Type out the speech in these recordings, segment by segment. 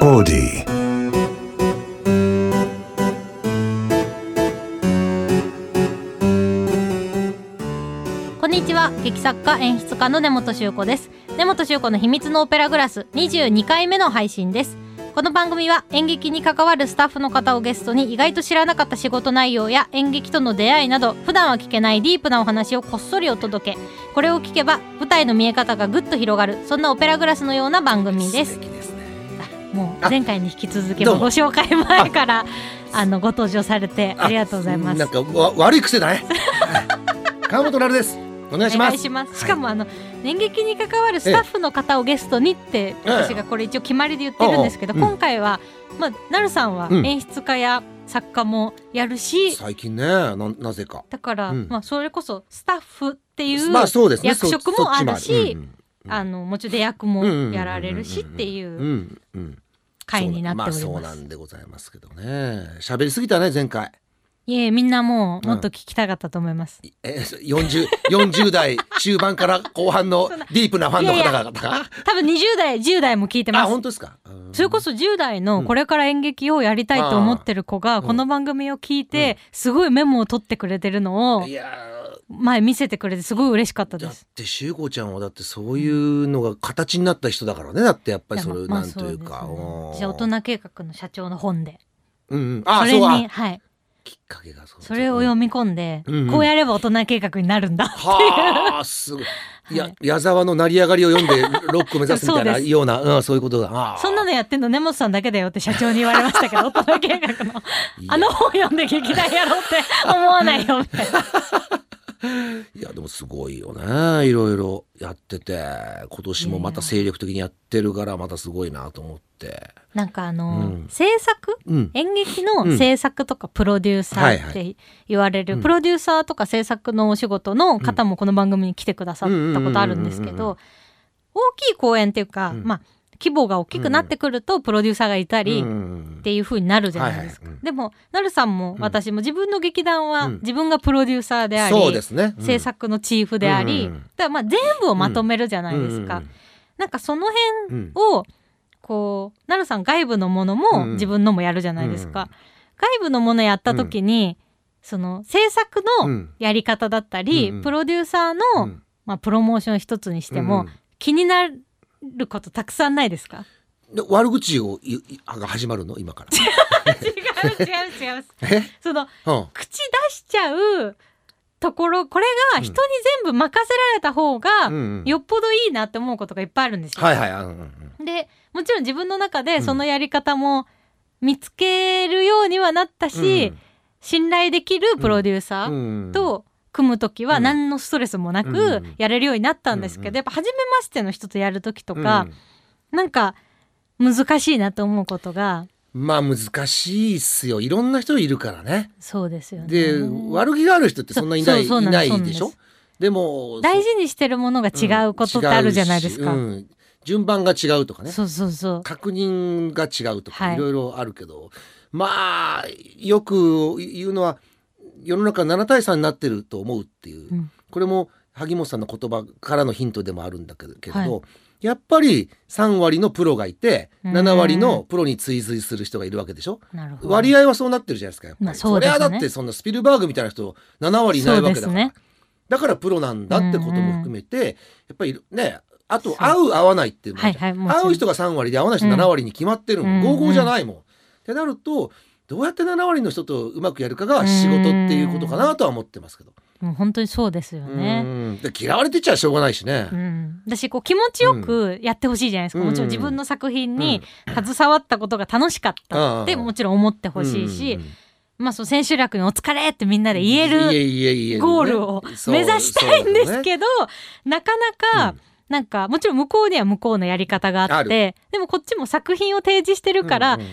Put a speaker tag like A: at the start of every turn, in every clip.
A: melody.
B: Melody こんにちは劇作家演出家の根本修子です根本修子の秘密のオペラグラス22回目の配信ですこの番組は演劇に関わるスタッフの方をゲストに意外と知らなかった仕事内容や演劇との出会いなど普段は聞けないディープなお話をこっそりお届けこれを聞けば舞台の見え方がぐっと広がるそんなオペラグラスのような番組ですもう
C: あ
B: 前回に引き続き
C: どう
B: ご
C: も
B: 紹介前からあのご登場されてありがとうございます
C: なんかわ悪い癖だ ね。川本なるです。お願いします。
B: しかもあの演劇に関わるスタッフの方をゲストにって私がこれ一応決まりで言ってるんですけど、
C: うん
B: 今回は、まあ、なるさんは
C: うん
B: 演出家や作家もやるし、
C: 最近ね、ななぜか。
B: だから、
C: うん
B: まあ、それこそスタッフっていう,、
C: まあそうですね。
B: 役職もあるし
C: そそっちもうん
B: あのもちろん出
C: う
B: 役
C: んうんうん
B: も
C: うん
B: やられるしってい
C: うんう
B: うん
C: うん。
B: 回になっております。
C: そうだまあそうなんでございますけどね。喋りすぎたね前回。
B: いえみんなもう
C: うん
B: もっと聞きたかったと思います。
C: え40 40代中盤から後半 のディープなファンの方々が。
B: 多分20代10代も聞いて
C: あ
B: ます
C: 本。当ですか。うん
B: それこそ10代
C: う
B: の
C: ん
B: これから演劇をやりたいと思ってる子が
C: ー
B: この番組を聞いてすごいメモを取ってくれてるのを
C: いや
B: 前見せてくれてすごい嬉しかった
C: ーだ
B: で
C: っ
B: す。
C: て修子ちゃんはだってそういうのが形になった人だからねだってやっぱりそれ
B: まあ
C: なんというか。
B: そうですね
C: うん
B: 私大人計画の社長の本で
C: うんうん、
B: そ
C: あ
B: れ
C: そう
B: に
C: あ
B: はい
C: きっかけがそう
B: それを読み込んで
C: うんうん
B: こうやれば大人計画になるんだっていう
C: はあす ごい。いや、矢沢の成り上がりを読んでロックを目指すみたい
B: そ
C: な
B: うです
C: ような、うん、そういうことだ。ああ
B: そんなのやってんの根本さんだけだよって社長に言われましたけ ど大人計画の
C: いや
B: あの本読んで劇団やろうって思わないよ みたいな。
C: いやでもすごいよねいろいろやってて今年もまた精力的にやってるからまたすごいなと思って
B: なんかあの、
C: うん
B: 制作
C: うん
B: 演劇の制作とかプロデューサーっ
C: はい
B: て言われる、
C: うん
B: プロデューサーとか制作のお仕事の方もこの番組に来てくださったことあるんですけ
C: うんうんうんうんうん
B: ど大きい公演っていうか、
C: うん
B: まあ規模が大きくなってくるとプロデューサーがいたり
C: うんう
B: っ
C: ん
B: ていう風になるじゃないですか。
C: はいはいうん
B: でもなるさんも
C: ん
B: 私も自分の劇団は
C: うん
B: 自分がプロデューサーであり、
C: そうですね、
B: 制作のチーフであり、
C: うんうんうん
B: だからまあ全部をまとめるじゃないですか。なんかその辺
C: うんうん
B: をこうなるさん外部のもの
C: うん
B: も自分のもやるじゃないですか、
C: うん
B: 外部のものやった時に、その制作
C: う
B: の
C: ん
B: やり方だったり、
C: うんうん
B: プロデューサーの、
C: うんうん
B: まあ、プロモーション一つにしても、気になることたくさんないで すか
C: うんで悪口をいいあが始まるの今から
B: 違う違う違う
C: え、
B: その
C: うん
B: 口出しちゃうところこれが人に全部任せられた方が、
C: うんうん
B: よっぽどいいなって思うことがいっぱいあるんですよ。
C: はいはいうんうんうん
B: でもちろん自分の中で
C: ん
B: そのやり方も見つけるようにはなったし、信頼できるプロデューサー
C: うん
B: と組む時は
C: うん
B: 何のストレスもな
C: うんう
B: く
C: ん
B: やれるようになったんですけど、
C: うんうん
B: やっぱ初めましての人とやる時とか、、なんか難しいなと思うことが
C: うんまあ難しいっすよいろんな人いるからね
B: そうですよね。
C: で悪気がある人ってそんないない
B: そうそうそう
C: い
B: な
C: なん
B: です
C: いでしょでも
B: 大事にしてるものが違うことってあるじゃないですか。
C: うん違うしうん順番が違うとかね
B: そうそうそう
C: 確認が違うとか、
B: はい
C: い、ろいろあるけどまあよく言うのは世の中7対3になってると思うっていう、
B: うん
C: これも萩本さんの言葉からのヒントでもあるんだけど、けれ
B: は
C: どやっぱり3割のプロがいて
B: うん
C: 7割のプロに追随する人がいるわけでしょ
B: なるほど
C: 割合はそうなってるじゃないですかやっぱり、
B: まあそうですね
C: りゃだってそんなスピルバーグみたいな人7割いないわけだ
B: そ
C: か
B: う
C: ら、
B: ですね
C: だからプロなんだってことも含めて、やっぱりねあ
B: そう
C: と合う合わないっていうのもあ
B: はい
C: るじゃん
B: はいもちろん
C: 合う人が3割で合わない人
B: うん
C: 7割に決まってるもん、
B: うん
C: 55じゃないもん。ってなるとどうやって7割の人とうまくやるかが仕事っていうことかなとは思ってますけど。
B: もう本当にそうですよね。
C: うんで嫌われてちゃしょうがないしね
B: う。ん、私こう気持ちよくやってほしいじゃないですか、
C: うん
B: もちろん自分の作品に携わったことが楽しかったって
C: うん
B: もちろん思ってほしいし、まあ、その千秋楽に「お疲れ!」ってみんなで言える
C: る
B: ゴールを目指したいんですけど、なかなか
C: うん
B: なんかもちろん向こうには向こうのやり方があっ
C: あ
B: てでもこっちも作品を提示してるから、そういう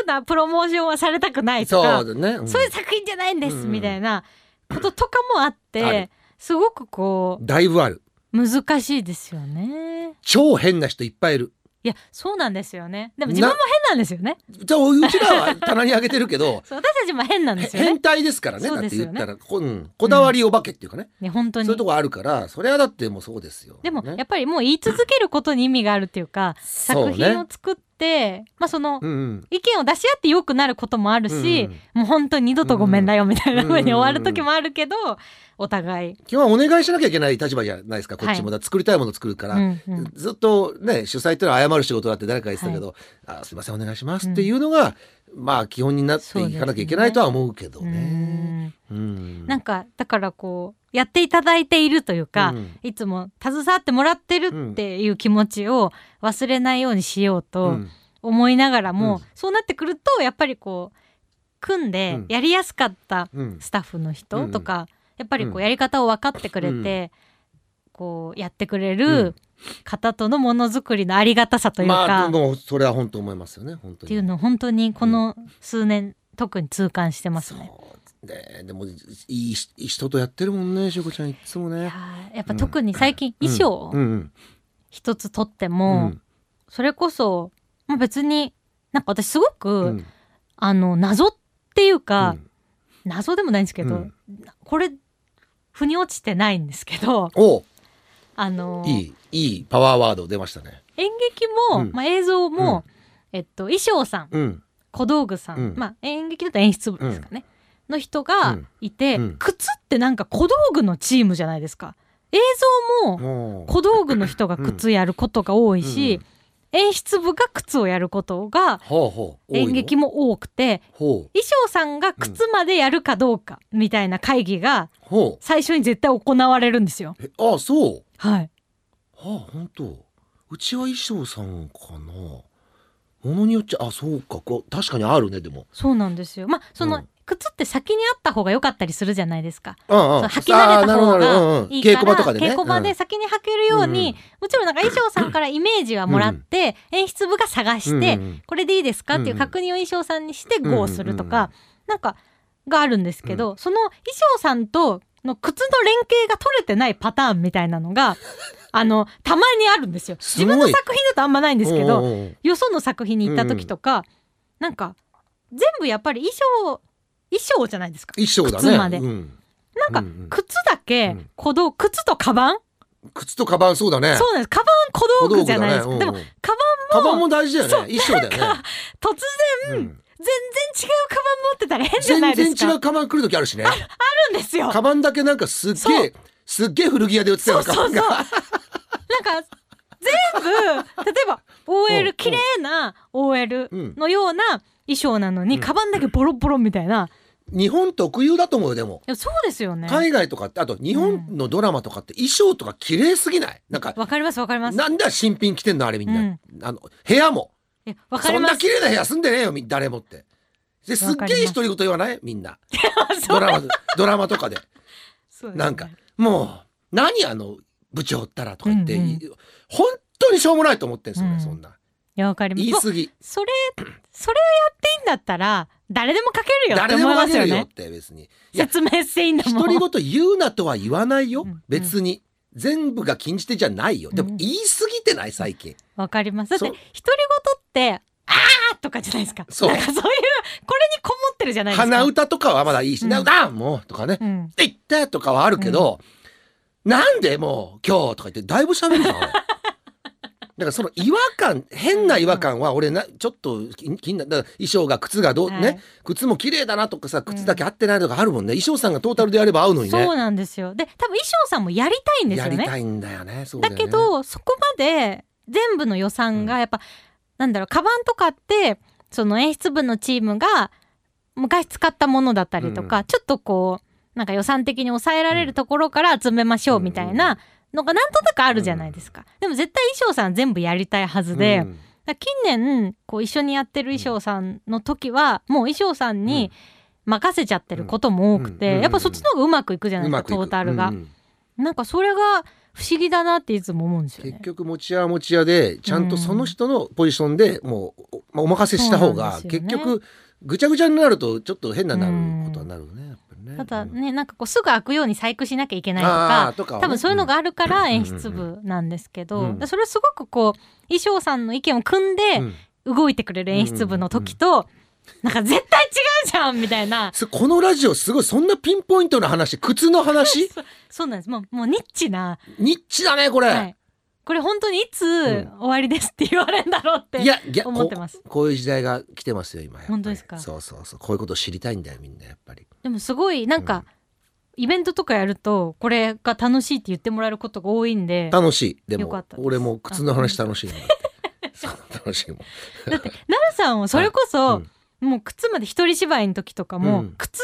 B: 風なプロモーションはされたくないとか
C: そうだね、うん
B: そういう作品じゃないんです
C: うん
B: みたいなこととかもあって、
C: ある
B: すごくこう
C: だいぶある
B: 難しいですよね。
C: 超変な人いっぱいいる
B: いやそうなんですよねでも自分も変なんですよね
C: じゃあうちらは棚にあげてるけど
B: そう私たちも変なんですよね
C: 変態ですからね
B: そう
C: だ
B: で
C: っ
B: す
C: て
B: よ
C: 言
B: ね
C: ったらこ,、うん、こだわりお化けっていうかね、
B: ね本当
C: そうい
B: に
C: うとこあるからそれはだってもうそうですよ、
B: でも
C: ね
B: やっぱりもう言い続けることに意味があるっていうか
C: そう
B: 作
C: ね
B: 品を作っって、まあ、その
C: うんうん
B: 意見を出し合って良くなることもあるし、
C: うんうん
B: もう本当に二度とごめんだよみたいな風に終わる
C: うんうんうん
B: 時もあるけど、お互い、
C: 基本はお願いしなきゃいけない立場じゃないですかこっちも、だか
B: は
C: ら作りたいもの作るか
B: う
C: ら、
B: んうん
C: ずっとね主催ってのは謝る仕事だって誰かが言ってたけど「あすいませんお願いします」っていうのが、まあ基本になっていかなきゃいけないとは思うけどね。うん
B: なんかだからこうやっていただいているというか、
C: うん
B: いつも携わってもらってるっていう気持ちを忘れないようにしよう
C: う
B: と
C: ん
B: 思いながらも、
C: うん
B: そうなってくるとやっぱりこう組んで
C: うん
B: やりやすかった
C: うん
B: スタッフの
C: うん
B: 人
C: うん
B: とか、やっぱり
C: う
B: こうんやり方を分かってくれて、こうやってくれる方とのものづくりのありがたさというか、
C: まあ
B: っ
C: もうそれは本当思いますよね本当に。
B: ていうのを本当にこの数年、特に痛感してますね。
C: そうねでもいいいい人とやってるもんねしゅうこちゃんいつも
B: い
C: ね
B: や。ーやっぱ特に最近衣装を
C: うんうん
B: 一つとって
C: う
B: も、
C: ん
B: それこそ、まあ、別になんか私すごく、
C: うんうん
B: あの謎っていうか、
C: うん
B: 謎でもないんですけど、
C: うん
B: これ腑に落ちてないんですけど
C: お
B: あの
C: いいいいパワーワード出ましたね。
B: 演劇も、
C: うん
B: まあ、映像も、えっと、衣装さん
C: うん
B: 小道具さん、
C: うん
B: まあ、演劇だと演出部ですかね、の人がいて、
C: うんうん
B: 靴ってなんか小道具のチームじゃないですか。映像も
C: もう
B: 小道具の人が靴やることが多いし、
C: うん
B: 演出部が靴をやることが
C: ほうほう多いの
B: 演劇も多くて
C: ほう
B: 衣装さんが靴までやるかどうかみたいな会議が
C: ほ
B: 最初に絶対行われるんですよ。
C: うえあそう
B: はい。
C: はあ本当うちは衣装さんかなものによっちゃあそうかこう確かにあるねでも
B: そうなんですよ。まあそうの
C: ん
B: 靴って先にあった方が良かったりするじゃないですか。
C: うん
B: そう履き慣
C: あー
B: れた方
C: なるほどうんう
B: が
C: ん
B: いいから
C: 稽古場とかでね
B: 稽古場で先に履けるよう
C: うん
B: にもちろんなんか衣装さんからイメージはもらって演出部が探して
C: うんうんうん
B: これでいいですかっていう確認を衣装さんにしてゴーするとかなんかがあるんですけどその衣装さんとの靴の連携が取れてないパターンみたいなのがあのたまにあるんですよ。
C: すご
B: 自
C: い
B: 分の作品だとあんまないんですけど
C: うんうんうん
B: よその作品に行った時とか、なんか全部やっぱり衣装衣装じゃないですか
C: 衣装だね
B: 靴まで
C: うん、
B: なんか
C: うんうん
B: 靴だけ
C: うん
B: 小道靴とカバン、
C: 靴とカバンそうだね
B: そうなんですカバン小道具じゃないですか、でも
C: うんうん
B: カ
C: カ
B: バンも
C: バンも大事だよね衣装だよね
B: 突然
C: うん
B: 全然違うカバン持ってたら変じゃないです
C: 全
B: か
C: 然違うカバン来る時あるしね
B: あるんですよ
C: カバンだけなんかすっげえすっげえ古着屋で売ってたよ
B: そ
C: カ
B: うそうそ
C: バ
B: う
C: ン
B: なん
C: が
B: か全部例えば OL
C: うん
B: 綺麗な OL
C: うん
B: のような衣装なのに、
C: うん
B: カバンだけボロボロみたいな、
C: 日本特有だと思うよでも
B: いやそうですよね
C: 海外とかってあと日本のドラマとかって衣装とか綺麗すぎないなんか
B: わかりますわかります
C: なんだ新品着てんのあれみんな、
B: うん
C: あの部屋も
B: いやわか
C: そ
B: り
C: ん
B: ま
C: な
B: す
C: 綺麗な部屋住んでねえよみ誰もってです
B: わ
C: っ
B: か
C: げ
B: ります
C: え独り言言わないみんな
B: そ
C: ド
B: う
C: ラマドラマとかで
B: そうですね
C: なんかもう何あの部長ったらとか言って、
B: うんうん
C: 本当にしょうもないと思ってんすよね、
B: うん
C: そんない
B: やわかります
C: 言い過ぎ
B: それそれやっていいんだったら誰でも書けるよって
C: 誰でも
B: 思い
C: 書
B: ます
C: け
B: よ
C: るよっ
B: ね
C: て別にいや
B: 説明していいんだも
C: 独り
B: ん
C: 言言うなとは言わないよ、
B: うんうん
C: 別に全部が禁じ手じゃないよで
B: う
C: も
B: ん
C: 言い過ぎてない最近
B: わかりますだって
C: そう
B: 独り言ってあーとかじゃないですか
C: そう
B: なんかそういうこれにこもってるじゃないですか
C: 鼻歌とかはまだいいし「
B: うん
C: なあもう」とかね
B: うん
C: って言ってとかはあるけど、なんでもう今日とか言ってだいぶ喋るじゃん。 俺だからその違和感変な違和感は俺なちょっと気気になだから衣装が靴がどう、
B: はい
C: ね靴も綺麗だなとかさ靴だけ合ってないとかあるもんね、衣装さんがトータルでやれば合うのにね
B: そうなんですよで多分衣装さんもやりたいんです
C: や
B: よ
C: り
B: ね
C: たいんだよねそうだ
B: だ
C: よね
B: けどそこまで全部の予算がやっぱ、なんだろうカバンとかってその演出部のチームが昔使ったものだったりとか、
C: うん
B: ちょっとこうなんか予算的に抑えられるところから集めましょうみたいなのがなんとなくあるじゃないですか、でも絶対衣装さん全部やりたいはずで、
C: うん
B: だから近年こう一緒にやってる衣装さんの時はもう衣装さんに任せちゃってることも多くて、
C: うん
B: やっぱそっちの方がうまくいくじゃな
C: う
B: いで
C: ます
B: か
C: くいく
B: トータルが
C: う。ん
B: なんかそれが不思議だなっていつも思うんですよね
C: 結。局持ち屋は持ち屋でちゃんとその人のポジションでもうお,、まあ、お任せした方が、
B: そうなんですよ
C: 結
B: ね
C: 局ぐちゃぐちゃになるとちょっと変なになることになるよね、やっぱりね。
B: た
C: う
B: だ
C: ん
B: ねなんかこうすぐ開くように細工しなきゃいけないと
C: あ
B: か
C: ーとかはね
B: 多分そういうのがあるから
C: ん
B: 演出部なんですけど、
C: うんうん
B: それすごくこう衣装さんの意見を組ん
C: う
B: で
C: ん
B: 動いてくれる演出部の時と、なんか絶対違うじゃんみたいな
C: すこのラジオすごいそんなピンポイントの話靴の話
B: そうなんですもうもうニッチな、
C: ニッチだねこれ、
B: はい、これ本当にい
C: う
B: つ終わりですって言われるんだろうって
C: いやいや
B: 思ってます
C: ここういう時代が来てますよ今やっぱり
B: 本当ですか
C: そうそうそうこういうこと知りたいんだよみんなやっぱり
B: でもすごいなんか、イベントとかやるとこれが楽しいって言ってもらえることが多いんで
C: 楽しいで
B: よか
C: も
B: ったです
C: 俺も靴の話楽しいもんだってそう楽しいもん
B: だって奈良さんはそれこそ、
C: うん
B: もう靴まで一人芝居の時とか
C: う
B: も、
C: ん
B: 靴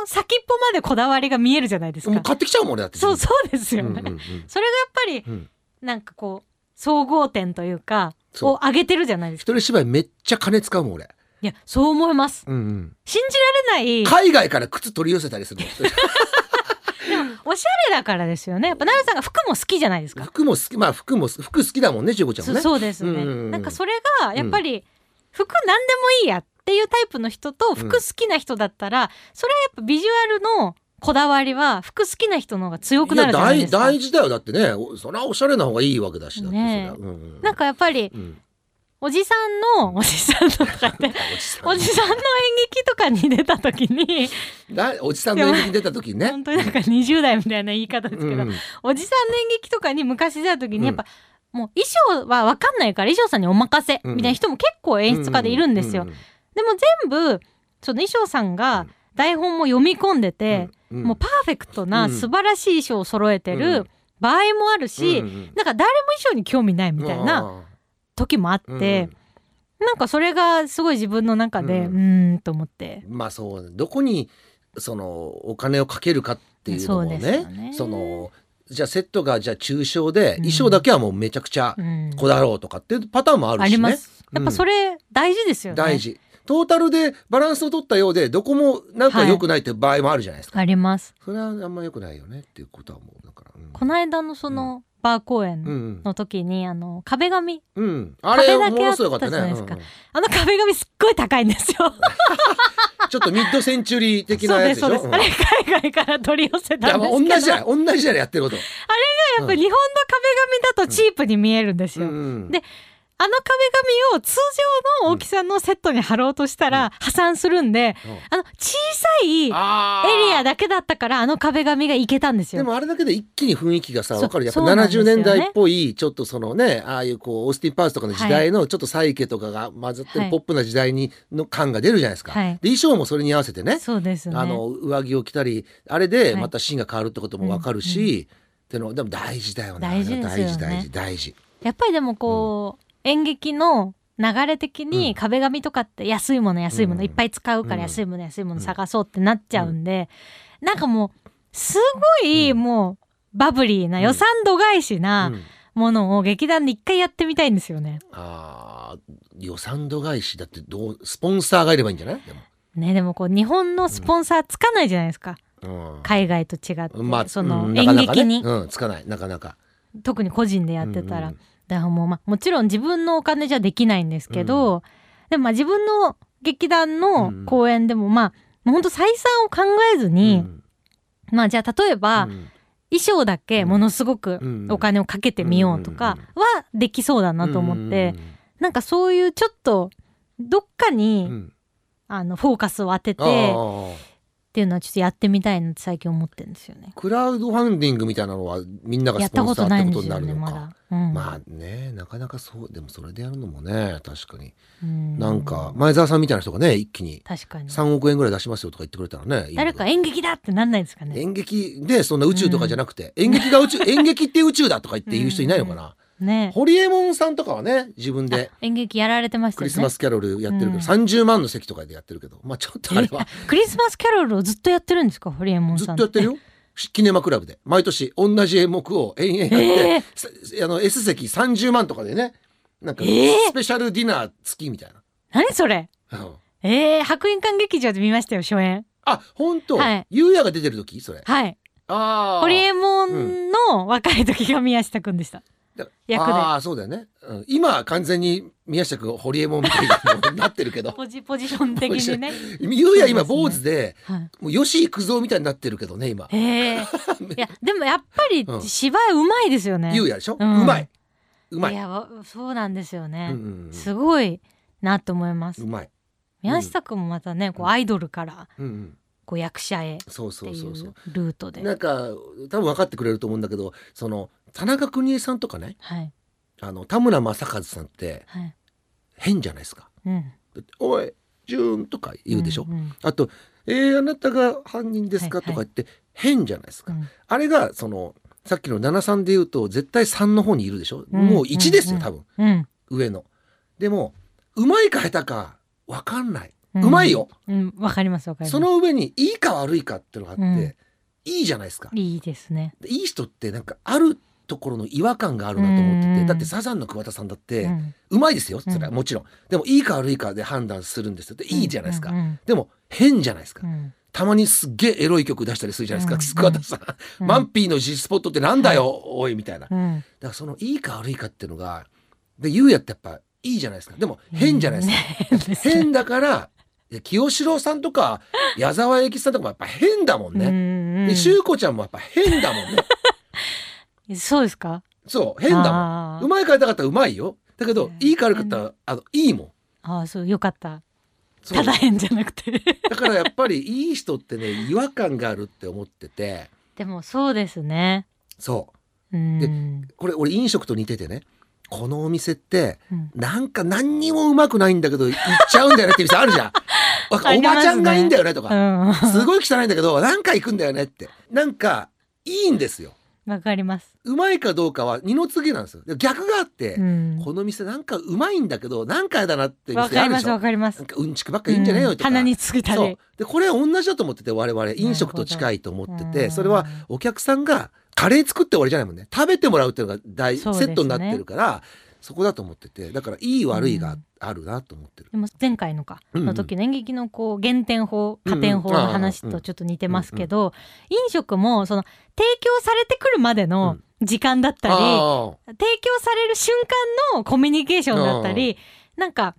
B: の先っぽまでこだわりが見えるじゃないです
C: も
B: か
C: う。買ってきちゃうもん俺だって
B: そうそうです
C: う
B: よ
C: ん
B: ね、
C: うんうん
B: それがやっぱり
C: うん
B: なんかこう総合点というか
C: そう
B: を上げてるじゃないです
C: 一
B: か。
C: 人芝居めっちゃ金使うもん俺
B: いやそう思います。
C: うんうん
B: 信じられない
C: 海外から靴取り寄せたりするもん
B: おしゃれだからですよね。やっぱ奈良さんが服も好きじゃないです か。
C: 服も好きまあ服も服好きだもんねちゅうこちゃん
B: そ
C: も
B: う
C: ね
B: そうですね、
C: うんうんうん
B: なんかそれがやっぱり服なんでもいいやっていうタイプの人と服好きな人だったら、それはやっぱビジュアルのこだわりは服好きな人の方が強く
C: い
B: な
C: や
B: るじゃないで
C: 大
B: すか。
C: 大事だよだってねおそりゃおしゃれな方がいいわけだしだって
B: ねえ
C: そりゃうんうん
B: なんかやっぱり
C: うん
B: おじさんのおじさんのとか 言
C: お
B: って
C: じさん
B: おじさんの演劇とかに出た時に
C: だおじさんの演劇に出た時に ね
B: 本当になんか20代みたいな言い方ですけど、
C: うんうん
B: おじさんの演劇とかに昔出た時に
C: う
B: やっ
C: ん
B: ぱ、もう衣装は分かんないから衣装さんにお任せみたいな人も結構演出家でいるんですよ。
C: うう
B: でも全部その衣装さん
C: う
B: が
C: ん
B: 台本も読み込んでて、
C: うんうん
B: もうパーフェクト
C: う
B: なん素晴らしい衣装を揃えて
C: う
B: る
C: ん
B: 場合もあるし、
C: うんうん
B: なんか誰も衣装に興味ないみたいな時もあって、
C: うん
B: なんかそれがすごい自分の中でう
C: うん
B: ーんと思って
C: まあそうどこにそのお金をかけるかっていうのも
B: そうです
C: ね
B: よね
C: そのじゃあセットがじゃあ抽象で
B: ん
C: 衣装だけはもうめちゃくちゃ
B: うん
C: こだろうとかっていうパターンもある
B: あ
C: しね、
B: ります。
C: う
B: や
C: ん
B: っぱそれ大事ですよね。
C: 大事トータルでバランスを取ったようでどこもなんか良くないっていう場合もあるじゃないですか、
B: あります。
C: それはあんま良くないよねっていうことはもうだから、うん、
B: この間のそのバー公演
C: うん
B: の時にあの壁紙
C: うん、うん、あれ
B: 壁だ
C: も
B: け
C: のすごい良かったね
B: あったじゃないですか
C: うんうん
B: あの壁紙すっごい高いんですよ。
C: ちょっとミッドセンチュリー的
B: そう
C: なや
B: で
C: つ
B: す
C: でし
B: そ
C: ょ
B: うです。
C: うん
B: あれ海外から取り寄せ
C: い
B: た
C: や
B: んです
C: まあ
B: けど。
C: 同 じじゃない同じじゃないやってること、
B: やっぱ日本の壁紙だとチープに見えるんです
C: う
B: よ。
C: んうん
B: であの壁紙を通常の大きさのセットに貼ろうとしたら破産するんで、
C: うん
B: あの小さいエ
C: あー
B: リアだけだったからあの壁紙がいけたんです
C: で
B: よ。
C: もあれだけで一気に雰囲気がさ
B: そう
C: わかるやっぱ
B: そうなんですよ
C: 70
B: ね
C: 年代っぽいちょっとそのねああいうこうオースティン・パースとかの時代のちょっとサイケとかが混ざって
B: はい
C: るポップな時代にの感が出るじゃないですか。
B: はい
C: で衣装もそれに合わせてね
B: そうですね。
C: あの上着を着たりあれで
B: はい
C: またシーンが変わるってこともわかるし、ってのでも大事だよね
B: 大事ですよ
C: 大
B: ね
C: 事大事大事
B: やっぱりでもこう、演劇の流れ的に壁紙とかって安いもの安いもの、
C: うん
B: いっぱい使うから
C: うん
B: 安いもの安いもの
C: うん
B: 探そうってなっちゃうんで、なんかもうすごい
C: うん
B: もうバブリーな
C: うん
B: 予算度外視
C: う
B: なんものを劇団で一回やってみたいんですよね。
C: あー予算度外視だってどうスポンサーがいればいいんじゃないで
B: ねでもこう日本のスポンサーつかないじゃないですか、
C: も、
B: 海外と違って、
C: うんまあ、
B: そうの
C: んなかな
B: 演
C: かね
B: 劇に、
C: うん、つかないなかなか。
B: 特に個人でやってたら、
C: うんうん
B: だからもう、まあ、もちろん自分のお金じゃできないんですけど、でもまあ自分の劇団の公演でもまあもうほんと採算を考えず
C: う
B: に、
C: ん
B: まあじゃあ例えば、
C: うん
B: 衣装だけものすごく
C: うん
B: お金をかけてみようとかはできそうだなと思って、なんかそういうちょっとどっか
C: うんうん
B: に、
C: うんうん
B: あのフォーカスを当て
C: あ
B: てっ
C: ー
B: ていうのはちょっとやってみたいなって最近思ってるんですよね。
C: クラウドファンディングみたいなのはみんなが
B: やっ
C: ス
B: た
C: ポ
B: こ
C: ンサ
B: と
C: ーっ
B: な
C: て
B: いん
C: こ
B: で
C: と
B: す
C: になる
B: よね
C: の
B: ま
C: か。
B: だ。うん
C: まあねなかなかそうでもそれでやるのもね確かに
B: うん
C: なんか前澤さんみたいな人がね一気に
B: 確かに
C: 3億円ぐらい出しますよとか言ってくれたらねいいけど
B: 誰か演劇だってなんないですかね。
C: 演劇でそんな宇宙とかじゃなくて、演劇が宇宙 演劇って宇宙だとか言って言う人いないのかな、
B: ね
C: ホリエモンさんとかはね自分で
B: 演劇やられてました
C: ク
B: よね
C: リスマスキャロルやってるけど、
B: うん
C: 30万の席とかでやってるけどまあちょっとあれは
B: えクリスマスキャロルをずっとやってるんですかホリエモン
C: ず
B: さ
C: っ
B: ん
C: とやってるよ。しキネマクラブで毎年同じ演目を延々やって、
B: えー
C: さあの S 席30万とかでねなんか
B: えー
C: スペシャルディナー付きみたい
B: 何それ
C: な、うん
B: えー、白銀館劇場で見ましたよ初演
C: あ本当、
B: はい
C: ゆうやが出てる時それ
B: はい
C: ああ
B: ホリエモンの若い時が宮下くんでした、
C: だ
B: 役で
C: ああそうだよね、うん、今完全に宮下君ホリエモンみたいになってるけ ど
B: ポジポジション的にね、
C: ゆうや今
B: そう
C: 坊
B: です
C: 主で
B: はい
C: もう吉幾三みたいになってるけどね今
B: えー、いやでもやっぱり
C: うん
B: 芝居うまいですよね、
C: ゆうやでしょ、
B: う
C: うんまいうまい
B: やわそうなんですよ
C: うん
B: ね
C: う、ん
B: すごいなと思います、
C: うんうまい、
B: 宮下くんもまたねこう
C: うん
B: アイドルから
C: うんうん、
B: こう役者へっ
C: そう
B: て
C: そ
B: いう
C: そうそう
B: うルートで
C: なんか多分分かってくれると思うんだけどその田中邦衛さんとかね
B: はい
C: あの田村正和さんって
B: はい
C: 変じゃないですか
B: うん
C: だっておいジューンとか言うでしょ、
B: んん
C: あと「えー、あなたが犯人ですか?」
B: はい
C: と
B: はい
C: か言って変じゃないですか、
B: うん
C: あれがそのさっきの73で言うと絶対3の方にいるでしょ、
B: うん
C: もう1ですよ
B: うん
C: 多分
B: うん
C: 上のでもうまいか下手か分かんない、
B: う
C: うんまいよ
B: うんわかりますわかります
C: その上にいいか悪いかってのがあって、
B: うん
C: いいじゃないですか
B: いいですね
C: でいい人ってなんかあるところの違和感があるなと思ってて、
B: うん
C: だってサザンの桑田さんだって、
B: う
C: うんまいですよそれは
B: うん
C: もちろんでもいいか悪いかで判断するんですよでいいじゃないですか、
B: うんうん
C: でも変じゃないですか、
B: うん
C: たまにすっげえエロい曲出したりするじゃないですか、
B: うん
C: 桑田さん、
B: うん
C: マンピーの G スポットってなんだよ、おいみたいなだか
B: うん
C: らそのいいか悪いかっていうのがで優也ってやっぱいいじゃないですかでも変じゃないですか、
B: 変ですね
C: 変だからいや清志郎さんとか矢沢永吉さんとかもやっぱ変だもん
B: う
C: ね、
B: んうん
C: でしゅうこちゃんもやっぱ変だもんね
B: そうですか
C: そう変だも
B: あ
C: ん
B: ー
C: うまいからだかったらうまいよだけど
B: うん
C: いいからだったらあのいいもん
B: あーそうよかった
C: そう
B: ただ変じゃなくて
C: だからやっぱりいい人ってね違和感があるって思ってて
B: でもそうですね
C: そう
B: うん
C: でこれ俺飲食と似ててねこのお店って
B: うん
C: なんか何にもうまくないんだけど行っちゃうんだよねって店あるじ ゃんお
B: あり
C: お
B: ますね
C: ばちゃんがいいんだよねとか
B: うん
C: すごい汚いんだけどなんか行くんだよねってなんかいいんですよ
B: わかります
C: うまいかどうかは二の次なんですよで逆があって、
B: うん
C: この店なんかうまいんだけどなんかやだなって
B: わ
C: 店
B: か
C: あ
B: り
C: るで
B: ま
C: し
B: す
C: ょ
B: わかりま
C: な
B: す
C: んかうんちくばっかいいんじゃねえよとか、
B: うん鼻につくた
C: そ
B: れ
C: うでこれは同じだと思ってて我々飲食と近いと思っててそれはお客さんがカレー作って終わりじゃないもんね食べてもらうっていうのが大、
B: そうです
C: セ
B: ね
C: ットになってるからそこだと思っててだからいい悪いがあるなと思ってる、
B: でも前回のか、
C: うんうん
B: の時の演劇のこう減点法
C: うんう
B: 加
C: ん
B: 点法の話
C: あーう
B: と
C: ん
B: ちょっと似てますけど、飲食もその提供されてくるまでの時間だったり、
C: あ
B: 提供される瞬間のコミュニケーションだったり、なんか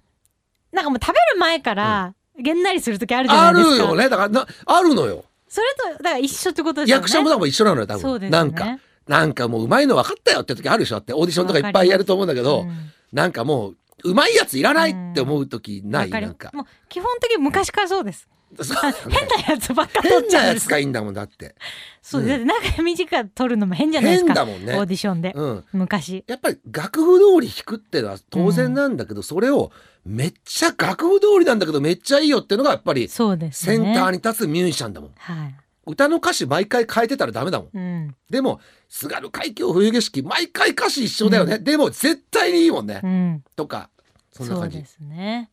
B: なんかもう食べる前から、げんなりする時あるじ
C: あ
B: ゃ
C: あ
B: な
C: る
B: いですか。
C: よねだからなあるのよ
B: それとだから一緒ってことですよね。
C: 役者も多分一緒なのよ多
B: そう
C: 分、
B: ですね。
C: なんかなんかもううまいの分かったよって時あるでしょだってオーディションとかいっぱいやると思うんだけど、
B: うん
C: なんかもううまいやついらないって思う時ない、
B: わかり
C: な
B: ま
C: ん
B: す
C: か
B: もう基本的に昔からそうです。
C: そうだね
B: 変なやつばっか取っ
C: 変
B: ち
C: な
B: ゃうん
C: や
B: です
C: つ。がいいんだもんだって
B: そう、
C: うん
B: だって中短く取るのも変じゃないです
C: 変だ
B: か。
C: もん
B: オー
C: ね
B: ディションで、
C: うん
B: 昔。
C: やっぱり楽譜通り弾くってのは当然なんだけど、それをめっちゃ楽譜通りなんだけどめっちゃいいよってのがやっぱり
B: そうです
C: セ
B: ね。
C: ンターに立つミュージシャンだもん、
B: はい。
C: 歌の歌詞毎回変えてたらダメだもん
B: うん。
C: でも「津軽海峡冬景色」毎回歌詞一緒だよね、でも絶対にいいもんね、
B: うん。
C: とかそんな
B: そう
C: 感じ
B: で
C: そ
B: すね。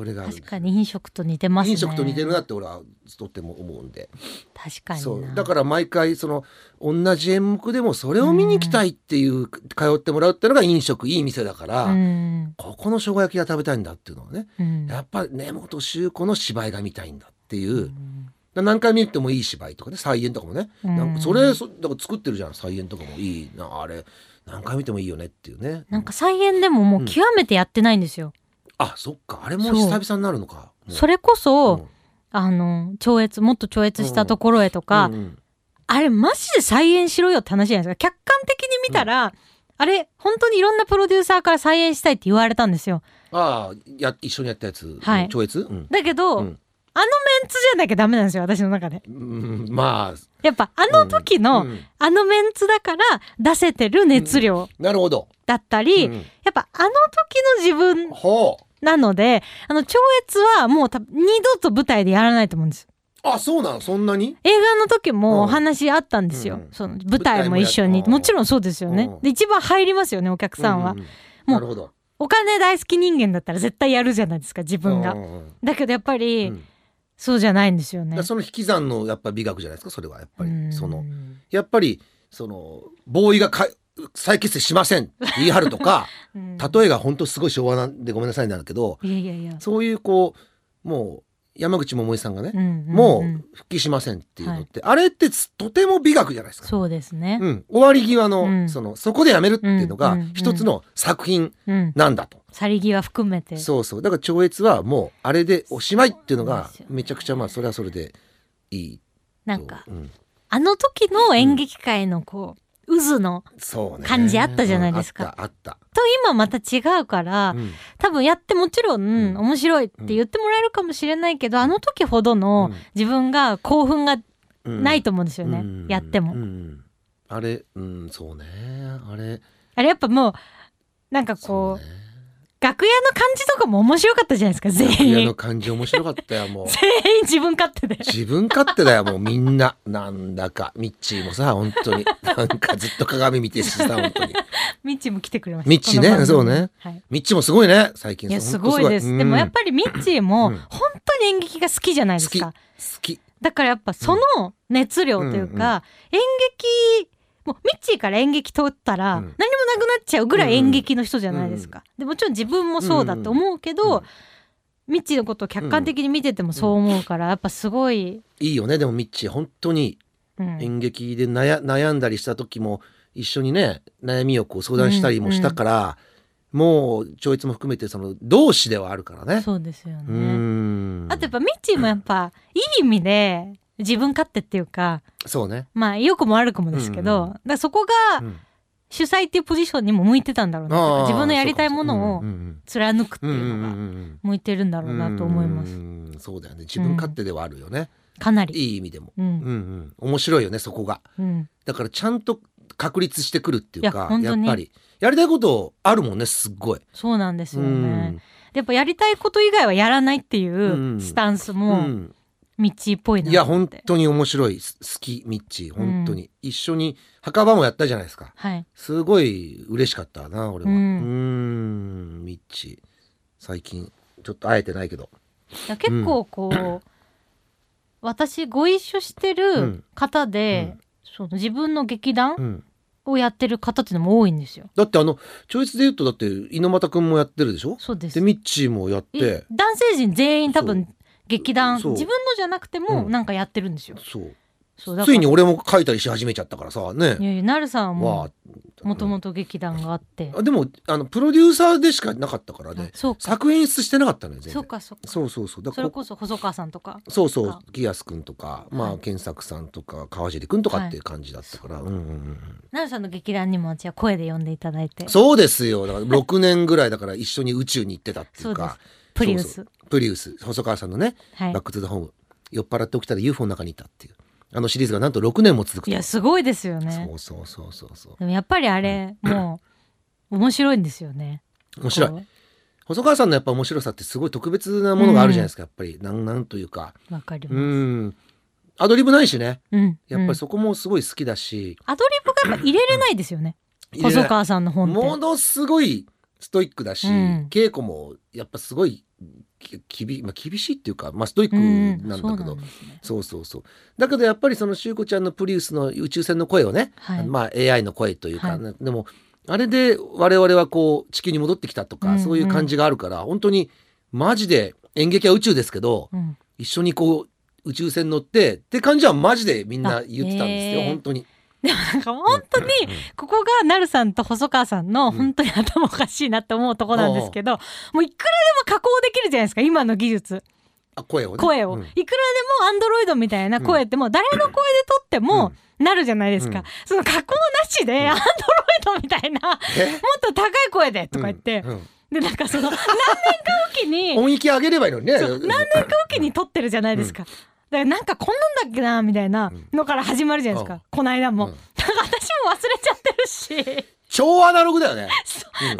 C: れがあるんです
B: 確かに飲食と似てますね。
C: 飲食と似てるなって俺はとっても思うんで
B: 確かにな。
C: そうだから毎回その同じ演目でもそれを見に行きたいっていう、通ってもらうってのが飲食いい店だから、
B: うん。
C: ここの生姜焼きが食べたいんだっていうのはね
B: うん。
C: やっぱ根本周子の芝居が見たいんだっていうう、
B: ん
C: 何回見てもいい芝居とかね再演とかもね、
B: うん
C: なんかそれそだから作ってるじゃん再演とかもいいなあれ何回見てもいいよねっていうね
B: なんか再演でももう極めてやってないんですよ。
C: あそっかあれも久々になるのか
B: それこそ、あの超越もっと超越したところへとか、
C: うんうん
B: あれマジで再演しろよって話じゃないですか客観的に見たら、あれ本当にいろんなプロデューサーから再演したいって言われたんですよ
C: ああや一緒にやったやつ、
B: はい
C: 超越、うん
B: だけ
C: う
B: ど、
C: ん
B: あのメンツじゃなきゃダメなんですよ私の中で
C: うん、まあ
B: やっぱあの時の、
C: うん
B: あのメンツだから出せてる熱量
C: なるほど、
B: だったり、
C: うん
B: やっぱあの時の自分
C: ほう
B: なのであの超越はもう多分二度と舞台でやらないと思うんです
C: あそうなのそんなに
B: 映画の時も
C: うん
B: お話あったんですよ、
C: うん
B: その舞台も一緒
C: 舞台もや
B: に
C: っ
B: もちろんそうですよね、
C: うん
B: で一番入りますよねお客さんは、
C: ううう
B: う
C: なるほど
B: お金大好き人間だったら絶対やるじゃないですか自分が、
C: うんうんうん
B: だけどやっぱ
C: う
B: り、
C: ん
B: そうじゃないんですよ
C: だ
B: ね
C: からその引き算のやっぱ美学じゃないですかそれはやっぱり、
B: うん
C: そのやっぱりそのボーイがか再結成しませんって言い張るとか
B: うん
C: 例えが本当すごい昭和なんでごめんなさいなんだけど
B: いやいやいや、
C: そういうこうもう山口百恵さんがね、
B: うんうんうん
C: もう復帰しませんっていうのって、あれってつとても美学じゃないですか。
B: そうですね、
C: うん、終わり際の,、
B: うん
C: そのそこでやめるっていうの
B: う
C: が
B: んうんうん
C: 一つの作品
B: うん、
C: なんだと、
B: 去り際含めて
C: そうそうだから超越はもうあれでおしまいっていうの
B: そう
C: が
B: ですよね
C: めちゃくちゃまあそれはそれでいいと
B: なんか
C: うん
B: あの時の演劇界のこう、渦の
C: そうね
B: 感じあったじゃないですか
C: うんあったあっ
B: と今また違うから、
C: た、うん
B: 多分やってもちろん、
C: ん
B: 面白いって言ってもらえるかもしれないけど、あの時ほどの自分が興奮が
C: うん
B: ないと思うんですよね、
C: うん
B: やっても、
C: うんあれうんそうねあれ
B: あれやっぱもうなんか
C: そう
B: こう
C: ね
B: 楽屋の感じとかも面白かったじゃないですか
C: 楽
B: 全
C: 屋
B: 員
C: の感じ面白かったよもう
B: 全員自分勝手で
C: 自分勝手だよもうみんななんだかミッチーもさ本当になんかずっと鏡見てるし さ本当に
B: ミッチーも来てくれました
C: ミッチーね
B: この番組
C: そうね
B: はい
C: ミッチーもすごいね最近
B: いや
C: ほ
B: す
C: んと
B: ごいです、でもやっ
C: うん
B: ぱりミッチーも
C: うん
B: 本当に演劇が好きじゃないですか
C: 好き
B: だからやっぱその熱量というか、演劇もうミッチーから演劇通った
C: う
B: ら何
C: ん
B: もなくなっちゃうぐらい演劇の人じゃないですか、でもちろん自分もそうだと思うけど、
C: うん
B: ミッチーのことを客観的に見ててもそう思うから、やっぱすごい、
C: いいよねでもミッチー本当に
B: うん
C: 演劇で悩悩んだりした時も一緒にね悩みをこう相談したりもしたから、もう超越も含めてその同志ではあるからね。
B: そうですよ
C: う
B: ね。
C: ん
B: あとやっぱミッチーもやっぱいい意味で自分勝手っていうか
C: そうね、
B: まあ良くも悪くもですけど、
C: うんうん
B: だからそこ
C: う
B: が
C: ん
B: 主催っていうポジションにも向いてたんだろうな
C: あー
B: 自分のやりたいものを
C: そうかもうん
B: 貫くって
C: うんうん
B: いうの
C: うん
B: が
C: うんうん
B: 向いてるんだろうなと思います、
C: うんそうだよね自分勝手ではあるよね、
B: かなり。
C: いい意味でも、
B: う
C: うん
B: ん
C: うん、面白いよねそこが
B: うん、
C: だからちゃんと確立してくるっていう
B: いや
C: か
B: 本
C: や
B: 当
C: っ
B: に
C: ぱりやりたいことあるもんねすっごい。
B: そうなんですよね、
C: うん
B: でやっぱやりたいこと以外はやらないってい
C: ん
B: うスタンス
C: う
B: も
C: ん、
B: ミッチーっぽいなと思って
C: いや本当に面白いす好きミッチー本当に、一緒に墓場もやったじゃないですか
B: はい
C: すごい嬉しかったな俺は
B: う
C: うんんんミッチー最近ちょっと会えてないけど
B: いや結構こう、私ご一緒してる方で、
C: うん
B: その自分の劇団
C: うん
B: をやってる方っていうのも多いんですよ。
C: だってあのチョイスで言うとだって猪俣君もやってるでしょ
B: そうです
C: でミッチーもやっ
B: い
C: て
B: 男性陣全員多分
C: そ
B: 劇団自
C: そう
B: 分のじゃなくても
C: うん
B: なんかやってるんですよ。
C: そう
B: そうだか
C: つ
B: ら
C: いに俺も書いたりし始めちゃったからさ
B: い
C: ね
B: やいやなるさんはも
C: わあ
B: もともと劇団があって、
C: あでもあのプロデューサーでしかなかったからね
B: あそうか
C: 作演出してなかったのよ全
B: そう
C: 然
B: かそうか
C: そうそうそうだ
B: そ
C: から
B: れこそ細川さんとか
C: そうそ
B: か
C: うギアス君とか、ま
B: は
C: あ、
B: い
C: 健作さんとか川尻君と
B: は
C: か
B: い
C: っていう感じだったから、うんうんうん
B: なるさんの劇団にも私は声で呼んでいただいて
C: そうですよだから6年ぐらいだから一緒に宇宙に行ってたっていう
B: そうで
C: か
B: すプリウス
C: そうそうプリウス細川さんのね「
B: はい
C: バック・トゥ・ザ・ホーム」酔っ払って起きたら UFO の中にいたっていうあのシリーズがなんと6年も続くと
B: いやすごいですよね
C: そうそうそうそうそう
B: でもやっぱりあれもう面白いんですよね
C: 面白い
B: こう
C: 細川さんのやっぱ面白さってすごい特別なものがあるじゃないですか、やっぱりなんなんというか
B: わかり
C: う
B: ます。
C: んアドリブないしね
B: うん。
C: やっぱり
B: うん
C: そこもすごい好きだし、
B: アドリブがやっぱ入れれないですよね。
C: 入れな
B: 細
C: い
B: 川さんの本って。
C: ものすごいストイックだし、
B: うん
C: 稽古もやっぱすごいききび、まあ、厳しいっていうか、まあ、ストイック
B: う
C: なんだ
B: そう
C: けど、
B: ですね
C: そうそうそうだけどやっぱりそのしゅうこちゃんのプリウスの宇宙船の声をね、
B: はい
C: まあ AI の声というか、
B: はい
C: なでもあれで我々はこう地球に戻ってきたとか、
B: うんうん
C: そういう感じがあるから本当にマジで演劇は宇宙ですけど
B: うん
C: 一緒にこう宇宙船乗ってって感じはマジでみんな言ってたんですよ、
B: あへー
C: 本当に。
B: でもなんか 本当にここがなるさんと細川さん
C: う
B: の
C: ん
B: 本当に頭おかしいなと思うとこなんですけど、もういくらでも加工できるじゃないですか今の技術
C: あ声をね
B: 声を、
C: うん
B: いくらでもアンドロイドみたいな声ってもう誰の声で撮ってもなるじゃないですか、
C: うん
B: その加工なしで
C: ん
B: アンドロイドみたいな、もっ
C: え
B: と高い声でとか言って、
C: うんうん
B: でなんかその何年かおきに
C: 音域上げればいいのにね。
B: そう何年かおきに撮ってるじゃないですか。だからなんかこんなんだっけなみたいなのから始まるじゃないですか、
C: うん
B: この間
C: う
B: も、
C: ん
B: だから私も忘れちゃってるし
C: 超アナログだよね。
B: そう
C: うん
B: な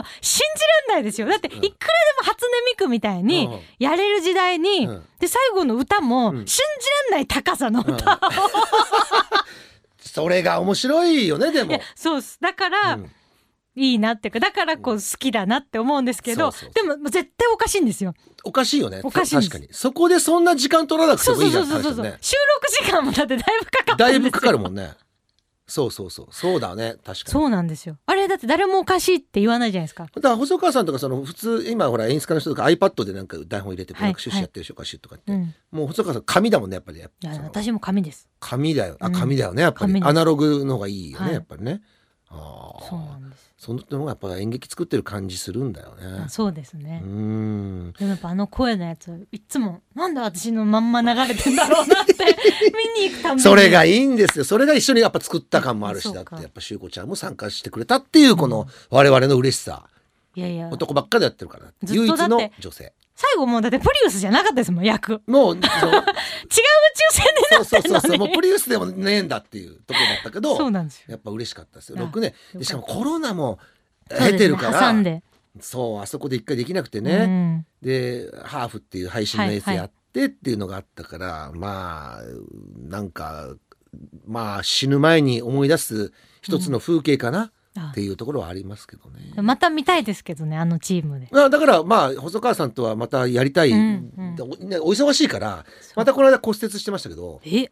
B: の信じられないですよだっていくらでも初音ミクみたいに
C: うん
B: やれる時代に、
C: うん
B: で最後の歌も
C: うん
B: 信じられない高さの歌、
C: うん
B: い
C: それが面白いよね、でも
B: や。そうっすだから、
C: うん
B: いいなっていうかだからこう好きだなって思うんですけど、
C: そうそう
B: でも絶対おかしいんですよ
C: おかしいよね。
B: おかしいです
C: 確かに。そこでそんな時間取らなくて
B: そう
C: もい
B: そ
C: ういじゃ
B: そ
C: ん
B: うそうそ
C: 最
B: う、
C: 初ね
B: 収録時間もだってだいぶかかった
C: だ
B: んです
C: いぶ
B: よ
C: かかるもんね。そうそうそう。そうだね。確かに。
B: そうなんですよあれだって誰もおかしいって言わないじゃないですか
C: だから細川さんとかその普通今ほら演出家の人とか iPad でなんか台本入れてこう
B: はい
C: 学習しやってるでしょ、かしとかって、
B: うん
C: もう細川さん紙だもんねやっぱり
B: いや
C: その
B: 私も紙です
C: 紙だよ
B: う
C: あ
B: ん
C: 紙だよねやっぱ
B: 紙
C: り
B: です
C: アナログの方がいいよね、
B: はい
C: やっぱりねああ
B: そうなんです
C: そのの方がやっぱ演劇作ってる感じするんだよね
B: あそうですね、
C: うーん
B: でもやっぱあの声のやついつもなんで私のまんま流れてんだろうなって 見に行くために
C: それがいいんですよそれが一緒にやっぱ作った感もある
B: そ
C: し
B: う
C: だ
B: か
C: ってやっぱしゅうこちゃんも参加してくれたっていうこの我々の嬉しさ、
B: いやいや
C: 男ばっかりやってるから
B: ずっ
C: 唯
B: と
C: 一
B: だって
C: の女性
B: 最後もうだってプリウスじゃなかったですもん役違う
C: もうその
B: 宇宙船で
C: そうそうそうそ
B: なってん
C: う
B: のに
C: もうプリウスでもねえんだっていうところだったけど
B: そうなんですよ
C: やっぱ嬉しかったですよ
B: あ
C: 6年
B: よかった
C: でしかもコロナも経てるから
B: そうですね挟んで、
C: そうあそこで一回できなくて
B: う
C: ね、
B: ん
C: でハーフっていう配信のやつ
B: はいは
C: や
B: い
C: ってっていうのがあったから、まあなんかまあ死ぬ前に思い出す一つの風景かな
B: あ
C: っていうところはありますけどね。
B: また見たいですけどねあのチームで。
C: あだからまあ細川さんとはまたやりたい、
B: うんうん
C: おねお忙しいから またこの間骨折してましたけど
B: え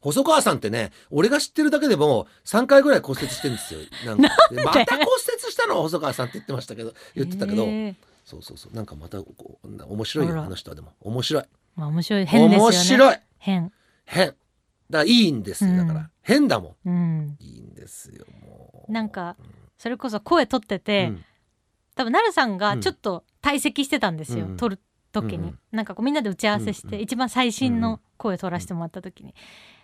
C: 細川さんってね俺が知ってるだけでも3回ぐらい骨折してるんですよ。なんかでまた骨折したの細川さんって言ってましたけど言ってたけど、
B: えー
C: そうそうそうなんかまたこうな面白いよ
B: あら
C: あの人はでも面白い
B: まあ面白い変ですよね。
C: 面白い
B: 変。
C: 変だからいいんですよだから、
B: うん
C: 変だも
B: うん。
C: んいいんですよもう
B: なんかそれこそ声取ってて、
C: うん
B: 多分なるさんがちょっと退席してたんですよ、
C: うん
B: 撮る時
C: う
B: に、
C: ん
B: なんかこうみんなで打ち合わせして、
C: うんうん
B: 一番最新の声を取らせてもらった時に、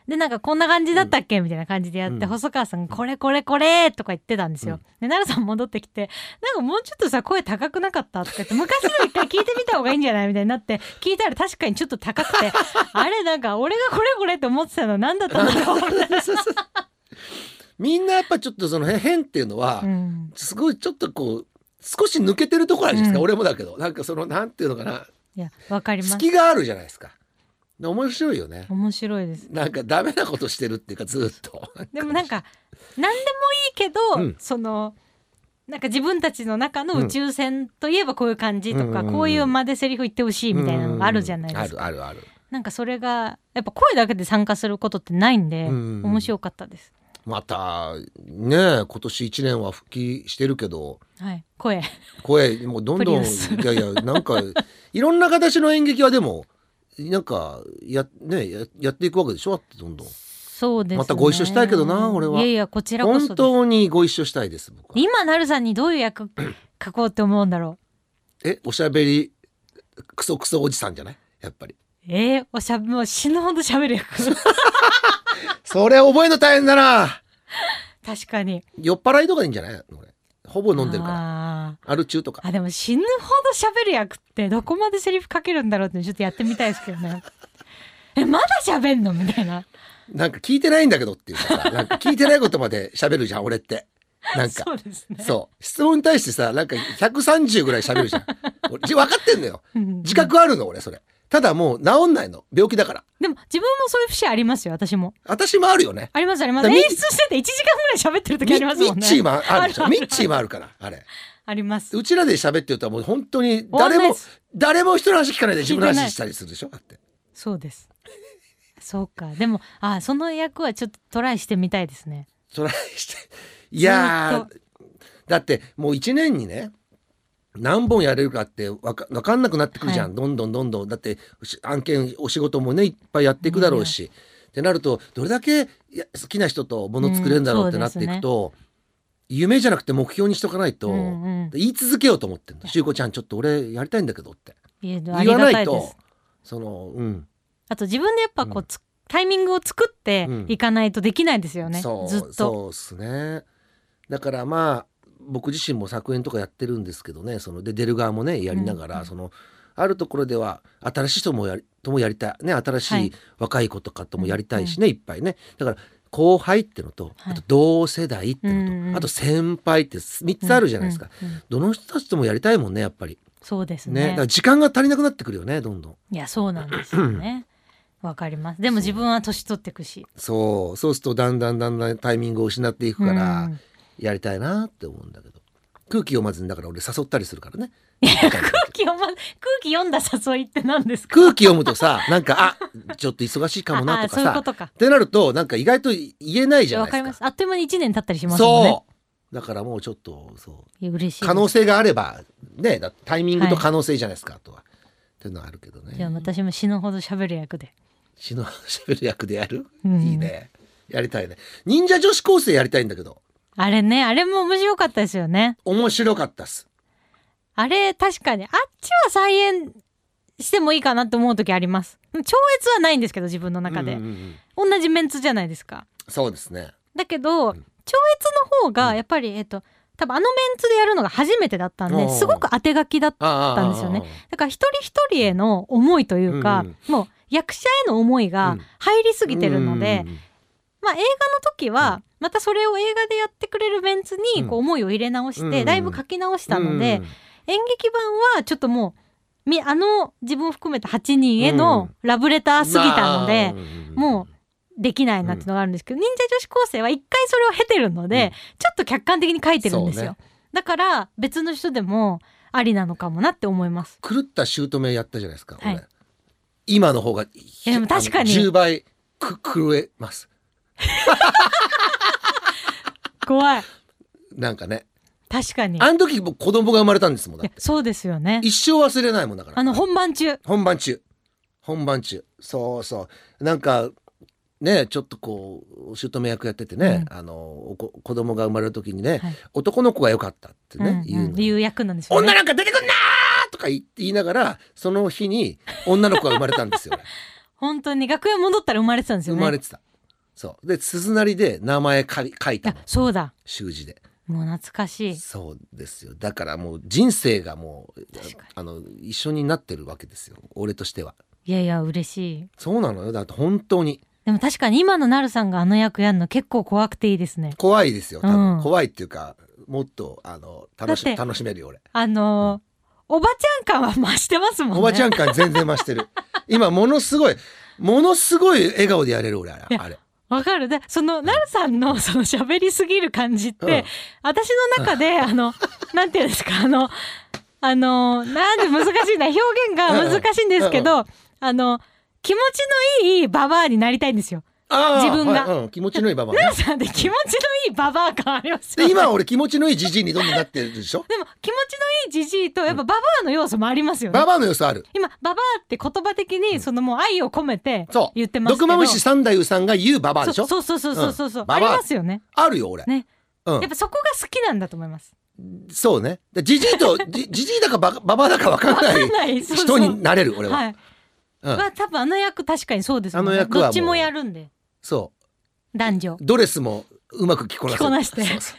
B: でなんかこんな感じだったっけみたいな感じでやって、
C: うん
B: 細川さんが「これこれこれ!」とか言ってたんです
C: う
B: よ、
C: ん
B: でなるさん戻ってきて「なんかもうちょっとさ声高くなかった?」とか言って「昔の一回聞いてみた方がいいんじゃない?」みたいになって聞いたら確かにちょっと高 くて「あれなんか俺がこれこれって思ってたの何だったの?」 と思ったら、
C: そうそうそう みんなやっぱちょっとそのへ変っていうのは、
B: うん、
C: すごいちょっとこう少し抜けてるところあるじゃないですか、
B: うん
C: 俺もだけどなんかそのなんていうのかない
B: やわかります
C: 隙があるじゃないですか面白いよね
B: 面白いです
C: なんかダメなことしてるっていうかずっと
B: でもなんか何でもいいけど、
C: うん
B: そのなんか自分たちの中の宇宙船といえばこういう感じとか、
C: うん
B: こういう間でセリフ言ってほしいみたいなのがあるじゃないですか、
C: かあるあるある
B: なんかそれがやっぱ声だけで参加することってないんで、
C: うん
B: 面白かったです
C: またね今年一年は復帰してるけど
B: はい声
C: 声もうどんどん
B: プ
C: い
B: リウス
C: やいやなん かいろんな形の演劇はでもなんかやねややっていくわけでしょだってどんどん
B: そうですね
C: またご一緒したいけどな俺はい
B: やいやこちらこそ
C: 本
B: です
C: 当にご一緒したいです僕は
B: 今なるさんにどういう役 書こうって思うんだろ
C: えおしゃべりクソクソおじさんじゃないやっぱり
B: うえー、おしゃもう死ぬほど喋る役
C: それ覚えるの大変だな
B: 確かに
C: 酔っ払いとかでいいんじゃない俺ほぼ飲んでるから
B: あー
C: アル中とか
B: あでも死ぬほど喋る役ってどこまでセリフ書けるんだろうってちょっとやってみたいですけ どね。えまだ喋んのみたいな。
C: なんか聞いてないんだけどっていう かさなんか聞いてないことまで喋るじゃん俺ってなんか
B: そうですね。
C: そう質問に対してさなんか130ぐらい喋 るじゃん俺じ分かってんのよ
B: うん
C: 自覚あるの俺それただもう治んないの病気だから
B: でも自分もそういう節ありますよ私も。
C: 私もあるよね
B: ありますあります。
C: だ
B: 演
C: からみ
B: 出してて1時間ぐらい喋ってる
C: ミ
B: 時あります
C: ミ
B: もん
C: ッ
B: ね。
C: チーもあるでしょ
B: あるある
C: ミッチーもあるからあれ
B: あります。
C: うちらで喋ってるともう本当に
B: 終わん
C: 誰
B: ない
C: も
B: です
C: 誰も人の話聞かないで自分の
B: 聞いてな
C: 話
B: い
C: したりするでしょだって
B: そうです。そうかでもあその役はちょっとトライしてみたいですね。
C: トライしていやーだってもう1年にね何本やれるかってわかわかんなくなってくるじゃん、
B: は
C: どんどんどんどんだってし案件お仕事もねいっぱいやっていくだろうし、ってなるとどれだけいや好きな人ともの作れるんだろうって
B: うん
C: なっていくと、夢じゃなくて目標にしとかないと、
B: うんうん
C: 言い続けようと思ってんの「しゅうこちゃんちょっと俺やりたいんだけど」って
B: いやあり
C: 言わな
B: がた
C: い
B: いで
C: と
B: す。
C: そのうん
B: あと自分でやっぱこうつ、タイミングを作っていかないとできないですよね。
C: そう
B: ずっと。
C: そうですねだからまあ僕自身も作演とかやってるんですけどねそので出る側もねやりながら、
B: うんうん
C: そのあるところでは新しい人もやりともやりたいね新
B: は
C: しい
B: い
C: 若い子とかともやりたいしね、いっぱいねだから後輩ってのと、
B: はい
C: あと同世代ってのと、
B: うんうん
C: あと先輩って3つあるじゃないですか、
B: うんうんうん
C: どの人たちともやりたいもんねやっぱり
B: そうです
C: ねだ
B: ね
C: から。時間が足りなくなってくるよねどんどん
B: いやそうなんですよ ね。わかります。でも自分は年取ってくし。
C: そうそうするとだんだんだんだんタイミングを失っていくから、
B: うん
C: やりたいなって思うんだけど空気読まずにだから俺誘ったりするからね
B: 空気読ま空気読んだ誘いって何ですか。
C: 空気読むとさなんかあちょっと忙しいかもなとか
B: ああそういう
C: さ
B: ことか
C: っ。てなるとなんか意外と言えないじゃな
B: わ
C: い
B: か
C: で
B: り
C: すか
B: ます。あっという間に一年経ったりしますもんね。
C: そうだからもうちょっとそう
B: いや嬉しいです。
C: 可能性があればねだタイミングと可能性じゃないですか、あとはっていうのはあるけど
B: じゃあ
C: ね
B: 私も死ぬほど喋る役で。
C: 死のしゃべる役でやる、
B: うん
C: いいねやりたいね忍者女子高生やりたいんだけど
B: あれねあれも面白かったですよね。
C: 面白かったっす
B: あれ確かにあっちは再演してもいいかなと思う時あります。超越はないんですけど自分の中
C: う
B: で
C: ん、うんうん
B: 同じメンツじゃないですか。
C: そうですね
B: だけど、
C: ん
B: 超越の方がやっぱり、えっと多分あのメンツでやるのが初めてだったん
C: お
B: で
C: ー
B: すごく当て書きだった
C: あ
B: たんですよねだから一人一人への思いというか、
C: うん
B: もう役者への思いが入りすぎてるので、
C: うんうんうん
B: まあ、映画の時は、またそれを映画でやってくれるメンツにこ
C: う
B: う思いを入れ直し
C: うんう
B: て
C: ん
B: だいぶ書き直したので、演劇版はちょっともうみあの自分を含めた8人へのラブレターすぎたので、もできないなっていうのがあるんですけど、忍者女子高生は一回それを経てるの
C: う
B: で、
C: ん
B: ちょっと客観的に書いてるんです
C: そう
B: よ、
C: ね
B: だから別の人でもありなのかもなって思います
C: 狂った姑やったじゃないですか、
B: はい
C: 俺今の方が
B: やでも確かに
C: 10倍く狂えます
B: 怖い
C: なんかね
B: 確かにい
C: あの時僕子供が生まれたんですもんだっ
B: や
C: て
B: そうですよね
C: 一生忘れないもんだから
B: あの本番中
C: 本番中本番中そうそうなんかねちょっとこうお姑役やっててね、あのおこ子供が生まれる時にね、
B: はい
C: 男の子が良かったってね、
B: うん
C: 言う
B: うん
C: の
B: いう役なんですよ
C: 女
B: ね
C: なんか出てくんなーとか言って言いながらその日に女の子が生まれたんですよ
B: 本当に学園戻ったら生まれてたんです
C: 生
B: よね
C: まれてたそうで鈴なりで名前かり書い
B: い
C: た
B: や
C: の
B: そうだ
C: 習字で
B: もう懐かしい
C: そうですよだからもう人生がもう
B: 確かに
C: あの一緒になってるわけですよ俺としてはい
B: やいや嬉しい
C: そうなのよだって本当に
B: でも確かに今のなるさんがあの役やるの結構怖くていいですね
C: 怖いですよ多分、
B: うん
C: 怖いっていうかもっとあの楽
B: だっ
C: して楽しめるよ俺
B: あのーおばちゃん感は増してますもんね
C: おばちゃん感全然増してる今ものすごいものすごい笑顔でやれる俺あ
B: い
C: れ
B: や
C: あれ
B: わかるでそのなるさんのその喋りすぎる感じって、
C: うん
B: 私の中であのなんていうんですかあのあのなんで難しいな表現が難しいんですけど、あの気持ちのいいババアになりたいんですよ。
C: あー
B: 自分が
C: はいうん気持ちのいいババアね
B: なるさんって気持ちのいいババア感ありますよ、
C: で
B: ね。
C: 今俺気持ちのいいじじいにどんどんなってるでしょ
B: でも気持ちのいいじじいとやっぱババアの要素もありますよね。
C: ババアの良さある
B: 今ババアって言葉的にそのもう愛を込めて
C: そう
B: 言ってますけど。
C: 毒まむし三太夫さんが言うババアでしょ
B: そうそうそうそうそうそう、
C: うんバ
B: あり
C: バア
B: ますよね。
C: あるよ俺、
B: ね
C: うん
B: やっぱそこが好きなんだと思います。
C: そうねでじじいとじじいだかバカババアだか分かん
B: わかん
C: ない
B: ない。 そうそう
C: 人になれる俺は、
B: はい。
C: うん
B: は多分あの役確かにそうですもんね。
C: あの役はもう
B: どっちもやるんで
C: そ
B: 男女
C: う。ドレスもうまく着こなせ
B: 着こなして
C: そうそう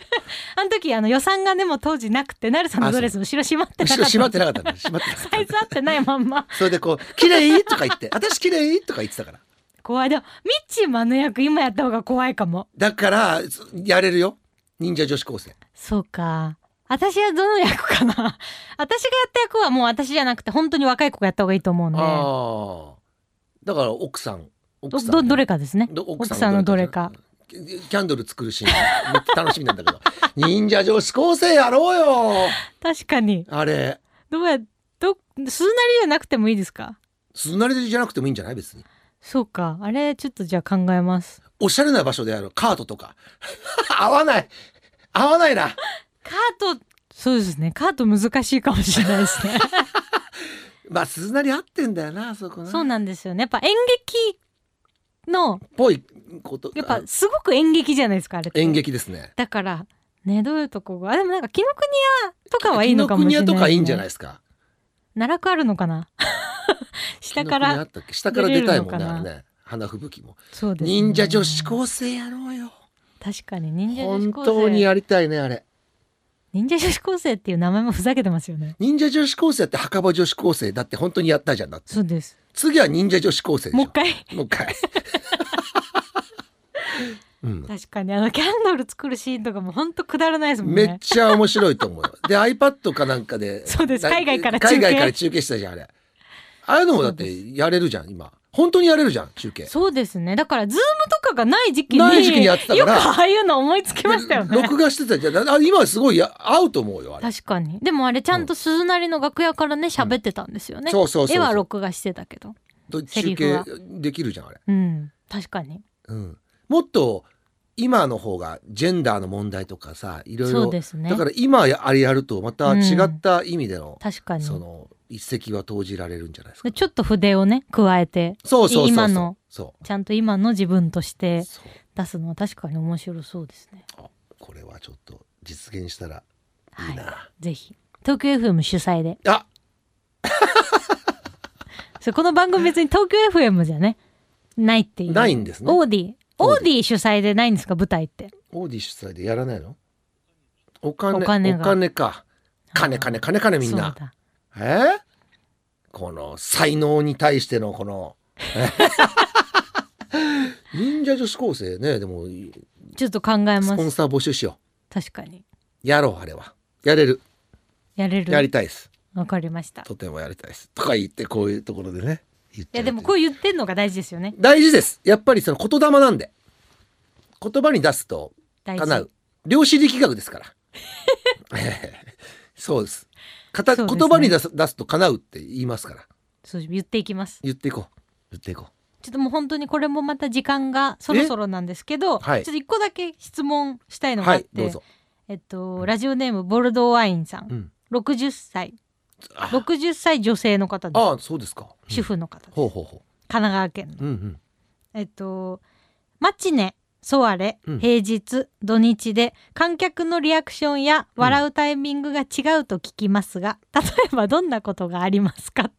B: あの時あの予算がねもう当時なくてなるさんのドレス後ろ閉まってなか
C: 後ろ
B: った。
C: 閉まってなかったんだよ閉まってなかった
B: サイズ合ってないまんま。
C: それでこう「綺麗とか言 って「私綺麗とか言ってたから
B: 怖いでもミッチーもあの役今やった方が怖いかも。
C: だからそやれるよ忍者女子高生
B: そうか。私はどの役かな 私がやった役はもう私じゃなくて本当に若い子がやった方がいいと思うんで
C: ああだから奥さん
B: ど
C: 奥さん
B: どどれかですね
C: ど
B: 奥さんのどれか
C: キャンドル作るシーンめっちゃ楽しみなんだけど 忍者女子高生やろうよ
B: 確かに
C: あれ
B: どうやど鈴なりじゃなくてもいいですか
C: すなりじゃなくてもいいんじゃない別に
B: そうかあれちょっとじゃあ考えます
C: おしゃれな場所でやるカートとか 合わない合わないな
B: カートそうですねカート難しいかもしれないですね
C: まあ鈴なり合ってんだよなあそこな
B: そうなんですよねやっぱ演劇の
C: ぽいこと
B: やっぱ
C: あ
B: すごく演劇じゃないですかあれって
C: 演劇ですね
B: だからねどういうとこがあでもなんか紀ノ国屋とかはいいのかもしれない、
C: 紀ノ国屋とかいいんじゃない
B: い
C: ですか。
B: 奈落あるのかな 下か
C: 紀ノ国屋あ
B: ら
C: ったっけ下から出たいもん
B: 出れ
C: ね
B: るのかな
C: あれね花吹雪も。
B: そうです、ね、
C: 忍者女子高生やろうよ。
B: 確かに忍者女子
C: 本
B: 高
C: 当に
B: 生
C: やりたいねあれ。
B: 忍者女子高生っていう名前もふざけてますよね
C: 忍者女子高生って墓場女子高生だって本当にやったじゃんだって。
B: そうです
C: 次は忍者女子高生でしょ。
B: もう一回
C: もう一回。うん。
B: 確かにあのキャンドル作るシーンとかも本当くだらないですもん
C: めっ
B: ね
C: ちゃ面白いと思うよ。で iPad かなんかで
B: そうです
C: な
B: 海外から中継
C: 海外から中継したじゃんあれ。ああいうのもだっ
B: そう
C: てやれるじゃん今。本当にやれるじゃん中継。
B: そうですねだからズームとかがない時期に
C: ない時期にやってたから
B: よくああいうの思いつきましたよね
C: 録画してたじゃん。あ今すごいや合うと思うよあれ。
B: 確かにでもあれちゃんと鈴なりの楽屋からね喋ってたんですよね、
C: そうそうそうそう
B: 絵は録画してたけど
C: と
B: セリ
C: 中
B: フ
C: 継
B: は
C: できるじゃんあれ、
B: うん確かに
C: うん、もっと今の方がジェンダーの問題とかさいろい
B: そう
C: ろ、
B: ですね
C: だから今やあれやるとまた違った意味での、
B: 確かに
C: その一石は投じられるんじゃないですか
B: でちょっと筆をね加えて
C: そうそうそうそう
B: 今の
C: そ
B: ちゃんと今の自分とし
C: う
B: て
C: そう
B: 出すのは確かに面白そうですね
C: あこれはちょっと実現したら
B: はい
C: い
B: い
C: な、
B: ぜひ東京 FM 主催で
C: あ
B: そうこの番組別に東京 FM じゃねないっていう
C: ないんですね
B: オーディオ
C: オ
B: ー
C: ー
B: ディ主催でないんですか舞台って
C: オーディ主催でやらないのお金
B: お金が
C: お金か金金金金みん
B: そう
C: な
B: だ
C: えーこの才能に対してのこの忍者女子高生ねでも
B: ちょっと考え
C: ス
B: ま
C: ポン
B: す
C: サー募集しよ
B: 確かに
C: うやろうあれはやれる
B: やれ
C: やり
B: る
C: たいです
B: わかりましたい
C: とてもやりたいですとか言ってこういうところでね言っちゃう
B: や
C: って
B: で
C: いう
B: もこう言ってんのが大事ですよね
C: 大事ですやっぱりその言霊なんで言葉に出すと
B: 大
C: 叶
B: 事
C: う量子力学ですから そうですかた
B: そうですね
C: 言葉に出す出すと叶うって言いますから
B: そう言っていきます
C: 言っていこう言っていこ
B: ちょっともう本当にこれもまた時間がそろそろなんですけど、
C: はい
B: ちょっと一個だけ質問したいうのがあ
C: は
B: っ
C: い
B: て、
C: どうぞ、
B: えっとラジオネームボルドーワインさん、
C: うん、
B: 60歳
C: あ
B: 60歳女性の方です
C: あそうですか、うん
B: 主婦の方です
C: ほうほうほ
B: 神奈川県の
C: ううんうん
B: えっとマチネソアレ、
C: うん
B: 平日土日で観客のリアクションや笑うタイミングが違うと聞きますが、例えばどんなことがありますか、れ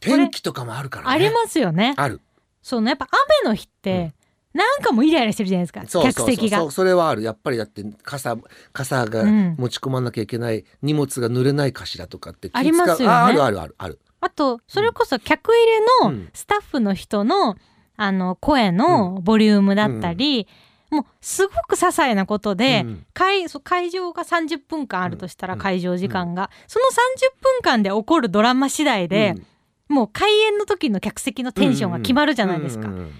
C: 天気とかも あるから、ね、
B: ありますよね
C: ある
B: そのやっぱ雨の日って、なんかもうイライラしてるじゃないですか
C: そうそう
B: 客
C: そう
B: 席
C: そ
B: が
C: うそれはあるやっぱりだって傘傘が
B: うん
C: 持ち込まなきゃいけない、荷物が濡れないかしらとかって気使う
B: ありますよね
C: ああるあるあるある
B: あとそれこそ客入れ
C: う
B: の
C: ん
B: スタッフの人のあの声のボリュームだったり、もうすごく些細なことで、
C: うん
B: 会そう会場が30分間あるとしたら
C: うん
B: 会場時間が、その30分間で起こるドラマ次第で、もう開演の時の客席のテンションが決まるじゃないですか、
C: うんうんうん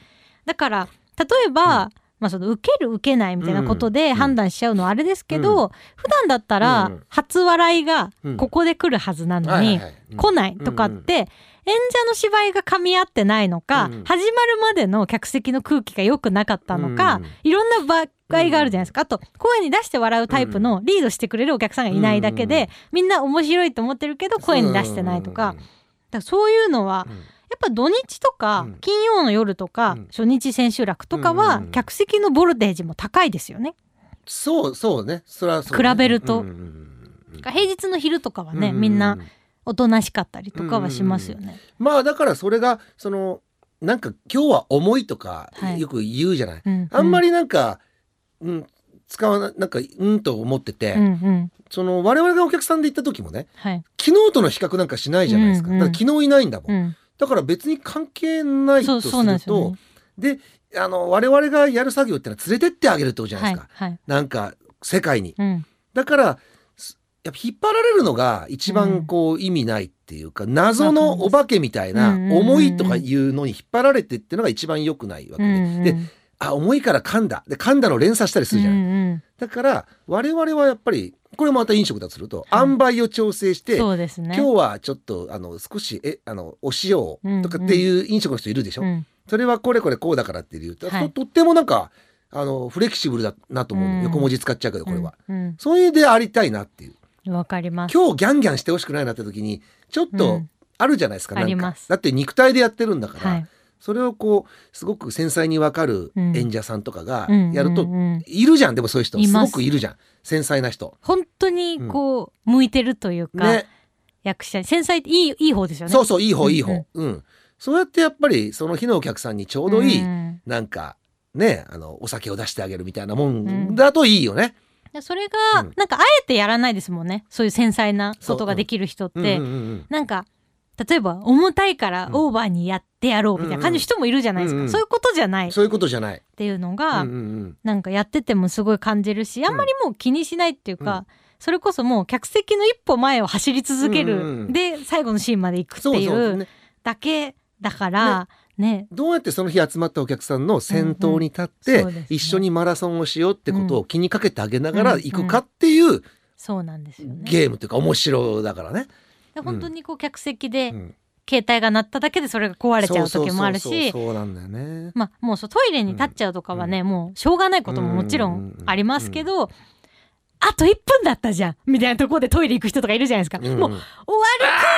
B: だから例えば、まあ、その受ける受けないみたいなことで
C: うん
B: 判断しちゃうのはあれですけど、普段だったら
C: うん
B: 初笑いが
C: うん
B: ここで来るはずなの
C: はい
B: に
C: はいはいうん
B: 来ないとかって演者の芝居が噛み合ってないのか
C: うん
B: 始まるまでの客席の空気が良くなかったのか
C: うん
B: いろんな場合があるじゃないですかあと声に出して笑うタイプのリードしてくれるお客さんがいないだけ
C: うん
B: でみんな面白いと思ってるけど声に出してないとかだからそういうのは
C: うんうんうん
B: やっぱ土日とか
C: うん
B: 金曜の夜とか
C: うん
B: 初日千秋楽とか
C: う
B: は
C: んうん
B: 客席のボルテージも高いですよね。
C: そうそうねそれはそうね
B: 比べる
C: うん
B: と
C: うんうんうん
B: 平日の昼とかはね
C: ううう
B: みんなおとなしかったりとかはしますよね。
C: まあだからそれがそのなんか今日は重いとか
B: はい
C: よく言うじゃない、
B: うう
C: あんま
B: り
C: りなんか、うん、使わななんかうんと思ってて、
B: うんうん
C: その我々がお客さんで行った時もね
B: はい
C: 昨日との比較なんかしないじゃないですか,、
B: うんうん
C: だから昨日いないんだもん、
B: うん
C: だから別に関係ない
B: そ
C: と
B: う
C: す
B: そうなん
C: る
B: ですよ
C: と
B: ね。
C: であの我々がやる作業ってのは連れてってあげるってことじゃな
B: はいい
C: ですか、
B: はい
C: なんか世界に
B: うん
C: だからすやっぱ引っ張られるのが一番こう意味ないっていうか、謎のお化けみたいな
B: うんうんうんうん
C: 重いとかいうのに引っ張られてっていうのが一番良くないわ
B: う
C: けで、
B: んうん
C: であ重いから噛んだで噛んだの連鎖したりするじゃない、
B: うんうん
C: だから我々はやっぱりこれもまた飲食だとすると、
B: はい
C: 塩梅を調整して、
B: そうですね。
C: 今日はちょっとあの少しえあのお塩を
B: うんうん
C: とかっていう飲食の人いるでしょ、
B: うん
C: それはこれこれこうだからっていうと、
B: はい
C: ととってもなんかあのフレキシブルだなと思うの、
B: うん
C: 横文字使っちゃうけどこれは、
B: うん
C: そういうでありたいなっていう
B: うんわかります。
C: 今日ギャンギャンしてほしくないなって時にちょっ
B: う
C: と
B: ん
C: あるじゃないですか,、
B: あり
C: なん
B: ま
C: か
B: す
C: だって肉体でやってるんだから、
B: はい
C: それをこうすごく繊細にわかる
B: うん
C: 演者さんとかが
B: うん
C: やると、
B: うんうん
C: いるじゃんでもそういう人
B: い
C: す
B: ます
C: ごくいるじゃん繊細な人。
B: 本当にこう向いてるというか、
C: ね、
B: 役者繊細っていいいい方ですよね。
C: そうそういい方いい
B: うん
C: 方、うんそうやってやっぱりその日のお客さんにちょうどいい、
B: うん
C: なんかねあのお酒を出してあげるみたいなも
B: ん
C: んだといいよね。
B: でそれが、
C: うん
B: なんかあえてやらないですもんねそういう繊細なことができる人って、
C: うんうんうん
B: なんか例えば重たいから
C: うん
B: オーバーにやってやろうみたいな感じの人もいるじゃないですか、
C: うんうん
B: そういうことじゃな
C: う
B: い
C: ん
B: っ
C: そういうことじゃない。
B: ていうの
C: うん
B: が、
C: うんうん
B: なんかやっててもすごい感じるしあんまりもう気にしないっていうか、
C: うん
B: それこそもう客席の一歩前を走り続け
C: う
B: る、
C: んうんうん
B: で最後のシーンまで行くって
C: そう
B: い
C: そう、
B: う
C: ね、
B: だけだからね
C: どうやってその日集まったお客さんの先頭に立っ
B: うんうん
C: て、
B: そうですね
C: 一緒にマラソンをしようってことを気にかけてあげながら
B: うん
C: 行くかっていう
B: そうなんですよね。
C: ゲームというか面白だからね。
B: で本当にこう客席で
C: うん
B: 携帯が鳴っただけでそれが壊れちゃう時もあるし、
C: そうそうそうそうなんだよね。
B: まあ、もうそうトイレに立っちゃうとかはね、もうしょうがないことももちろんありますけど、あと1分だったじゃんみたいなところでトイレ行く人とかいるじゃないですか、もう
C: うん
B: 終わる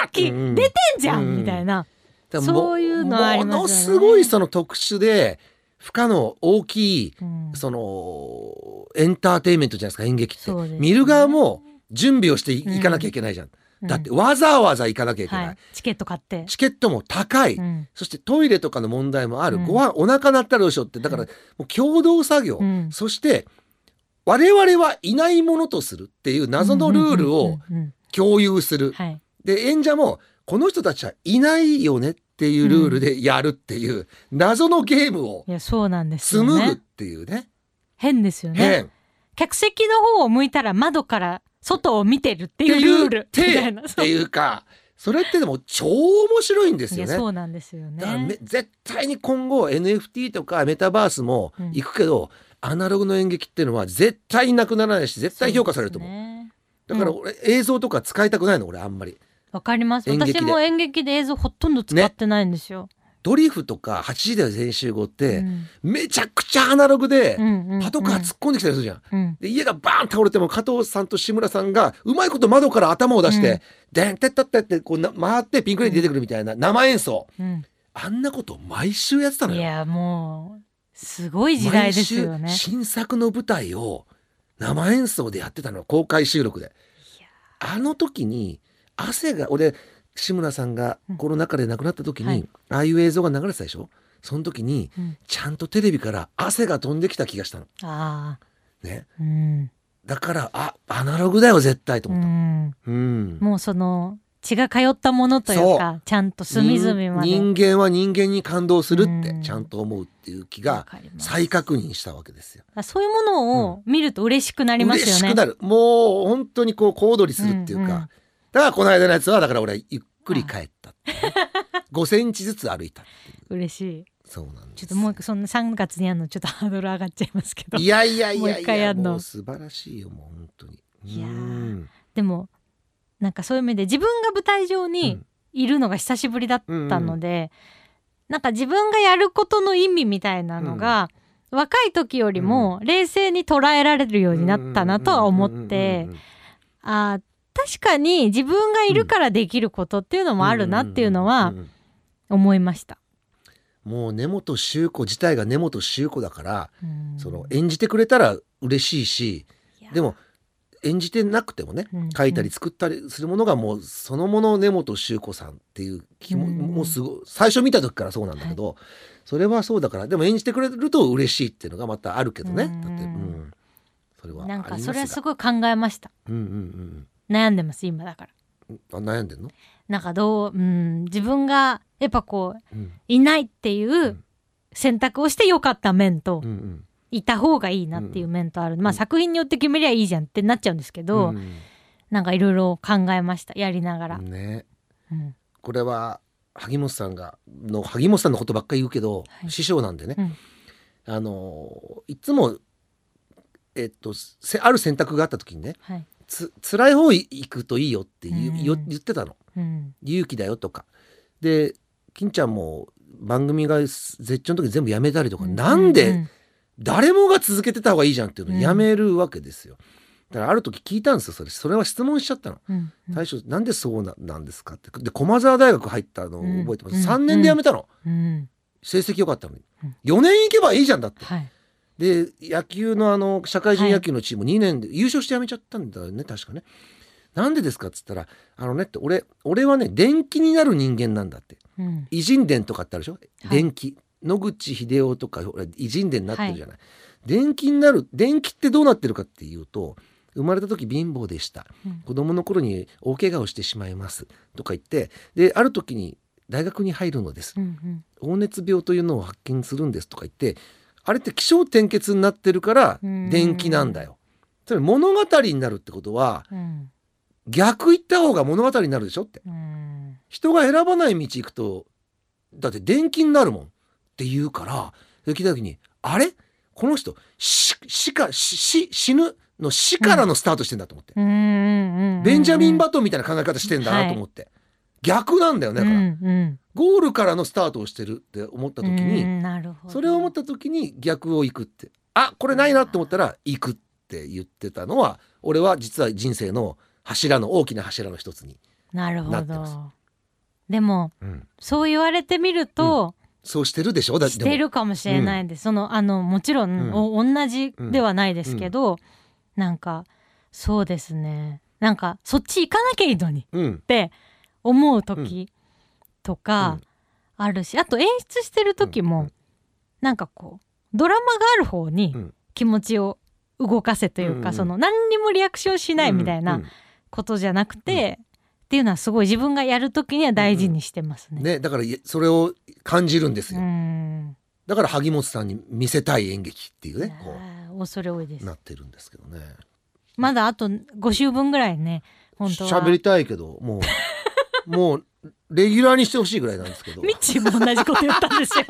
B: 空気
C: うんうん
B: 出てんじゃん、
C: うん
B: みたいな、
C: でも
B: そういうのありますよね
C: ものすごいその特殊で負荷の大きい
B: うん
C: そのエンターテインメントじゃないですか演劇って、
B: そうですね
C: 見る側も準備をしてい,、かなきゃいけないじゃん、だってわざわざ行かなきゃいけない、
B: はい、チケット買って、
C: チケットも高い、
B: うん
C: そしてトイレとかの問題もある、
B: うん
C: ご飯お腹鳴ったらどうしようってだからもう共同作業、
B: うん
C: そして我々はいないものとするっていう謎のルールを
B: うんうんうんうん
C: 共有する、
B: はい
C: で演者もこの人たちはいないよねっっていうルールでやるっていう謎のゲームを
B: いやそうなんですよ
C: 紡ぐっ
B: ね
C: ていうね
B: 変ですよね
C: 変っ
B: 客席の方を向いたら窓から外を見てるっ
C: て
B: ていう
C: い
B: ル
C: う
B: ールみた
C: 手
B: いな
C: っていうかそれってでも超面白いんです
B: い
C: よ
B: や
C: ね。
B: そうなんですよ
C: だからめ
B: ね
C: 絶対に今後 NFT とかメタバースも
B: うん
C: 行くけど、アナログの演劇っていうのは絶対なくならないし絶対評価されると思う
B: そうですね
C: だから俺、映像とか使いたくないの俺あんまり
B: わかります
C: 演劇で
B: 私も演劇で映像ほとんど使ってないんですよ、
C: ドリフとか8時だよ全集合って、
B: ん
C: めちゃくちゃアナログで
B: うんうんうん
C: パトカー突っ込んできたりするじゃん、
B: うん
C: で家がバーン倒れても加藤さんと志村さんがうまいこと窓から頭を出して、
B: うん
C: でんてったってってこうな回ってピンクレディー出てくるみたいな生演奏
B: うん
C: あんなこと毎週やってたの
B: い
C: よ
B: やもうすごい時代ですよね
C: 毎週新作の舞台を生演奏でやってたの公開収録で
B: いや
C: あの時に汗が俺志村さんが
B: うん
C: コロナ禍で亡くなった時に、
B: はい
C: ああいう映像が流れてたでしょその時に
B: うん
C: ちゃんとテレビから汗が飛んできた気がしたの
B: あ
C: ね
B: あうん、
C: だからあアナログだよ絶対と
B: う
C: 思った、
B: ん、
C: うん
B: もうその血が通ったものというかちゃんと隅々まで
C: 人人間は人間に感動するって
B: うん
C: ちゃんと思うっていう気
B: わ
C: が
B: かります
C: 再確認したわけですよ。
B: あそういうものを見ると嬉しくなりますよね
C: 嬉しくなるもう本当にこう小躍りするっていうか、
B: うんうん
C: だからこの間のやつはだから俺ゆっくり帰ったっていう ね、5センチずつ歩いたっていう
B: 嬉しい
C: そうなんです
B: ちょっともうそんな3月にやるのちょっとハードル上がっちゃいますけど
C: いやいやいや
B: もう
C: い
B: 一回
C: や
B: やんの
C: もう素晴らしいよもう本当に
B: いやー
C: うん
B: でもなんかそういう意味で自分が舞台上にいるのが久しぶりだったので、なんか自分がやることの意味みたいなのが、若い時よりも冷静に捉えられるようになったなとは思って、あー確かに自分がいるからできることっていうのもあるなっていうの
C: う
B: は
C: んうんうん
B: 思いました。
C: もう根本周子自体が根本周子だから、
B: うん
C: その演じてくれたら嬉しいし
B: いや
C: でも演じてなくてもね
B: うん
C: 書いたり作ったりするものがもうそのもの根本周子さんっていう気も,、
B: うん
C: もうすごい最初見た時からそうなんだけど、それはそうだからでも演じてくれると嬉しいっていうのがまたあるけどね、
B: うん
C: だって、うん、それはあり
B: なん
C: ますが
B: かそれはすごい考えました
C: うんうん
B: 悩んでます今だから
C: うんあ悩んでんの、
B: なんかどう、うん、自分がやっぱこう
C: うん
B: いないっていうん選択をして良かった面と、
C: うんうん、
B: いた方がいいなっていう面とある、まあ
C: うん
B: 作品によって決めりゃいいじゃんってなっちゃうんですけど、
C: ん
B: なんかいろいろ考えましたやりながら、
C: ね
B: うん
C: これは萩本さんがの萩本さんのことばっかり言うけど、
B: はい
C: 師匠なんでね、
B: うん
C: あのいつもえっとせある選択があった時にね
B: はい
C: つ辛い方行くといいよって言,、
B: うん
C: よ言ってたの
B: うん
C: 勇気だよとかで金ちゃんも番組が絶頂の時全部やめたりとか、なん
B: う
C: で
B: ん
C: 誰もが続けてた方がいいじゃんっていうのをやめるわけですよ、だからある時聞いたんですよそれそれは質問しちゃったの
B: うんうん
C: 大将なんでそうななんですかってで駒澤大学入ったのを覚えてます、
B: うん
C: 3年で辞めたの、
B: うん
C: 成績良かったのに
B: うん
C: 4年行けばいいじゃんだって
B: はい
C: で野球のあの社会人野球のチーム2年で優勝して辞めちゃったんだよね確かねなんでですかっつったらあのねって俺俺はね電気になる人間なんだって
B: うん
C: 偉人伝とかってあるでしょ、
B: い
C: 電気野口英世とか俺偉人伝になってるじゃない、電気になる電気ってどうなってるかっていうと生まれた時貧乏でした
B: うん
C: 子供の頃に大怪我をしてしまいますとか言ってである時に大学に入るのです
B: うん
C: 黄熱病というのを発見するんですとか言ってあれって気象転結になってるから
B: うん
C: 電気なんだよ。つまり物語になるってことは
B: うん
C: 逆行った方が物語になるでしょって
B: うん
C: 人が選ばない道行くとだって電気になるもんって言うからそれ聞いた時にあれこの人死死か死死死ぬの死からのスタートしてんだと思って
B: うんうんうんうん
C: ベンジャミン・バトンみたいな考え方してんだなと思って、逆なんだよねだから、
B: うんうん
C: ゴールからのスタートをしてるって思った時
B: う
C: に
B: んなるほど
C: それを思った時に逆を行くってあこれないなって思ったら行くって言ってたのは俺は実は人生の柱の大きな柱の一つに、
B: なる
C: な
B: ほ
C: って
B: ど
C: ま
B: でもそう言われてみると、
C: そうしてるでしょだって
B: し
C: でも
B: てるかもしれないです、そのあのもちろん、
C: ん
B: お同じではないですけど、なんかそうですねなんかそっち行かなきゃいいのにっ
C: うん
B: て思う時と
C: う
B: か
C: ん
B: あるし、あと演出してる時
C: う
B: も、
C: ん
B: なんかこうドラマがある方に
C: うん
B: 気持ちを動かせというか、
C: うん
B: その何にもリアクションしないみたいな
C: うん
B: ことじゃなくて、っていうのはすごい自分がやるときには大事にしてますね。
C: ね、だからいそれを感じるんです
B: う
C: よ、
B: ん、
C: だから萩本さんに見せたい演劇っていうねこ
B: あー恐れ多いで
C: う
B: す。
C: なってるんですけどね
B: まだあと5週分ぐらいね本当は。
C: 喋りたいけどもう もうレギュラーにしてほしいぐらいなんですけど
B: ミッチーも同じこと言った んですよ。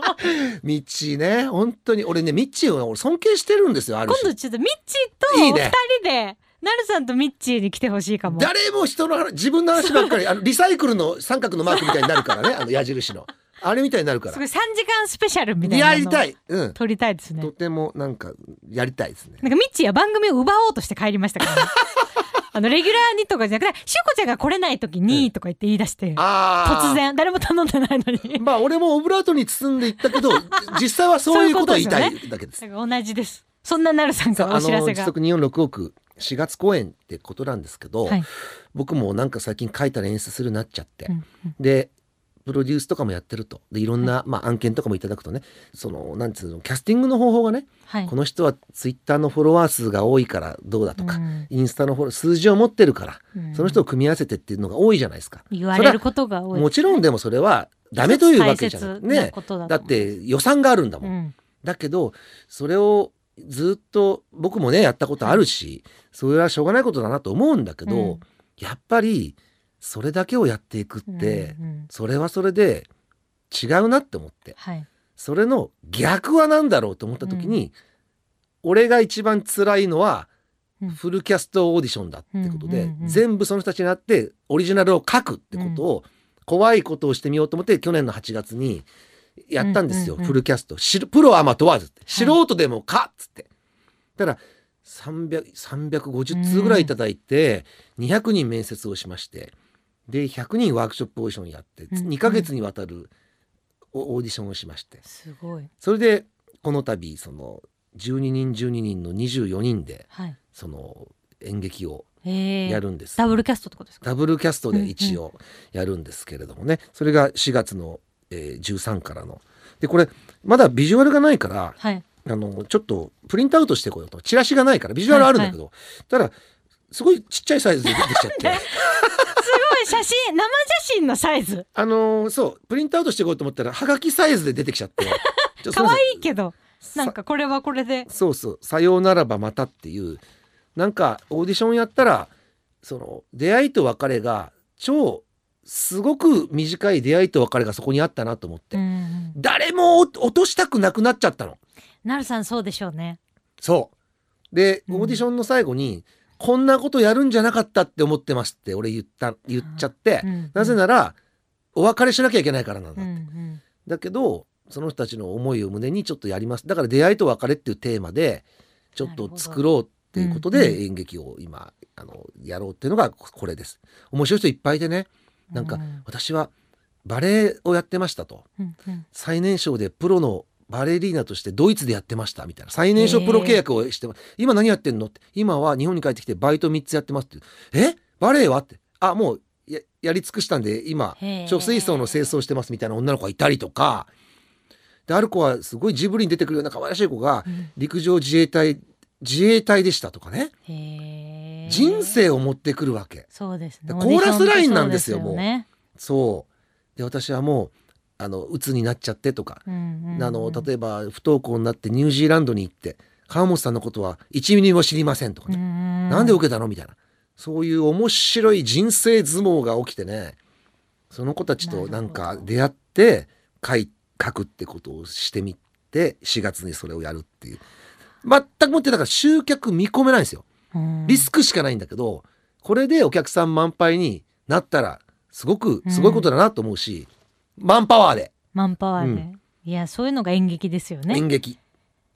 C: ミッチーね本当に俺ねミッチーを俺尊敬してるんですよある
B: 今
C: 種
B: 度ちょっとミッチーと
C: い
B: お
C: い
B: 二
C: ね
B: 人でなるさんとミッチーに来てほしいかも。
C: 誰も人の話自分の話ばっかりあのリサイクルの三角のマークみたいになるからねあの矢印のあれみたいになるから
B: すごい3時間スペシャルみたいなの
C: やりたい、うん、
B: 撮りたいですね
C: と。てもなんかやりたいですね
B: なんかミッチーは番組を奪おうとして帰りまし たから、ね、あのレギュラーにとかじゃなくて「しゅうこちゃんが来れない時
C: う
B: に」とか言って言い出して
C: あー
B: 突然誰も頼んでないのに
C: まあ俺もオブラートに包んでいったけど実際はそういうことを言いたいだけです。
B: なんか同じですそんななるさん
C: さ
B: から
C: あ
B: お知ら
C: の
B: せ
C: 時
B: が
C: 速246億4月公演ってことなんですけど、
B: はい
C: 僕もなんか最近書いたら演出するようになっちゃって、
B: うんうん
C: でプロデュースとかもやってるとでいろんな、まあ、案件とかもいただくとねそのなんつうのキャスティングの方法がね、
B: はい
C: この人はツイッターのフォロワー数が多いからどうだとか、
B: うん
C: インスタのフォロー数字を持ってるから、
B: うん
C: その人を組み合わせてっていうのが多いじゃないですか。
B: 言われることが
C: それ
B: 多
C: はいもちろんでもそれはダメというわけじゃな
B: 大
C: く
B: 切
C: て
B: な
C: ね
B: ことだ
C: だ
B: と
C: っ
B: 思う、
C: て予算があるんだも、
B: うんん
C: だけどそれをずっと僕もねやったことあるし、それはしょうがないことだなと思うんだけど、
B: うん
C: やっぱりそれだけをやっていくって、
B: うんうん
C: それはそれで違うなって思って
B: はい
C: それの逆は何だろうと思った時に、俺が一番辛いのは
B: うん
C: フルキャストオーディションだってことで、
B: うんうんうん
C: 全部その人たちになってオリジナルを書くってことを、怖いことをしてみようと思って去年の8月にやったんですよ、
B: うんうんうん
C: フルキャストしプロアマ問わずって素人でもかっつって。だから300 350通ぐらいいただいて、200人面接をしましてで100人ワークショップオーディションやって、
B: うんうん
C: 2ヶ月にわたるオオーディションをしまして
B: すごい
C: それでこの度その12人12人の24人で
B: はい
C: その演劇を
B: えー
C: やるんです、
B: ダブルキャストってことですか
C: ダブルキャストで一応やるんですけれどもね、それが4月の、えー13からのでこれまだビジュアルがないから
B: はい
C: あのちょっとプリントアウトしてこようとチラシがないからビジュアルあるんだけど、ただすごいちっちゃいサイズで出てきちゃって
B: すごい写真生写真のサイズ
C: あのーそうプリントアウトしてこようと思ったらはがきサイズで出てきちゃって ちょ
B: 可愛い
C: すま
B: けど
C: せ
B: なんかこれはこれで
C: そうそう「さようならばまた」っていうなんかオーディションやったらその出会いと別れが超すごく短い出会いと別れがそこにあったなと思って、
B: うんうん
C: 誰もお落としたくなくなっちゃったの。
B: なるさんそうでしょうね
C: そうで
B: うん
C: オーディションの最後に、こんなことやるんじゃなかったって思ってますって俺言った言っちゃって、なぜ
B: ら
C: ならお別れしなきゃいけないからなんだ、
B: うんうん
C: だけどその人たちの思いを胸にちょっとやりますだから出会いと別れっていうテーマでちょっと作ろうっていうこと
B: なるほどうん
C: で演劇を今あのやろうっていうのがここれです面白い人いっぱいでねなんか
B: うん
C: 私はバレエをやってましたと
B: うんうん
C: 最年少でプロのバレリーナとしてドイツでやってましたみたいな最年少プロ契約をしてます、今何やってんのって今は日本に帰ってきてバイト3つやってますってえバレエはってあもうややり尽くしたんで今
B: へー
C: 貯水槽の清掃してますみたいな女の子がいたりとかである子はすごいジブリに出てくるような可愛らしい子が
B: うん
C: 陸上自衛隊自衛隊でしたとかね
B: へー
C: 人生を持ってくるわけ
B: そうですね
C: コーラスラインなんですよ
B: オーディションってそうね
C: そうで私はもうあの鬱になっちゃってとか
B: うんうんうん
C: あの例えば不登校になってニュージーランドに行って川本さんのことは1ミリも知りませんとかね、
B: うんう
C: なんで受けたのみたいなそういう面白い人生相撲が起きてねその子たちとなん
B: なる
C: か
B: ほど
C: 出会って書い書くってことをしてみて4月にそれをやるっていう全くもってだから集客見込めないんですよ
B: うん
C: リスクしかないんだけどこれでお客さん満杯になったらすごくすごいことだなと思うし、マンパワーで
B: マンパワーで、
C: う
B: いやそういうのが演劇ですよね
C: 演劇。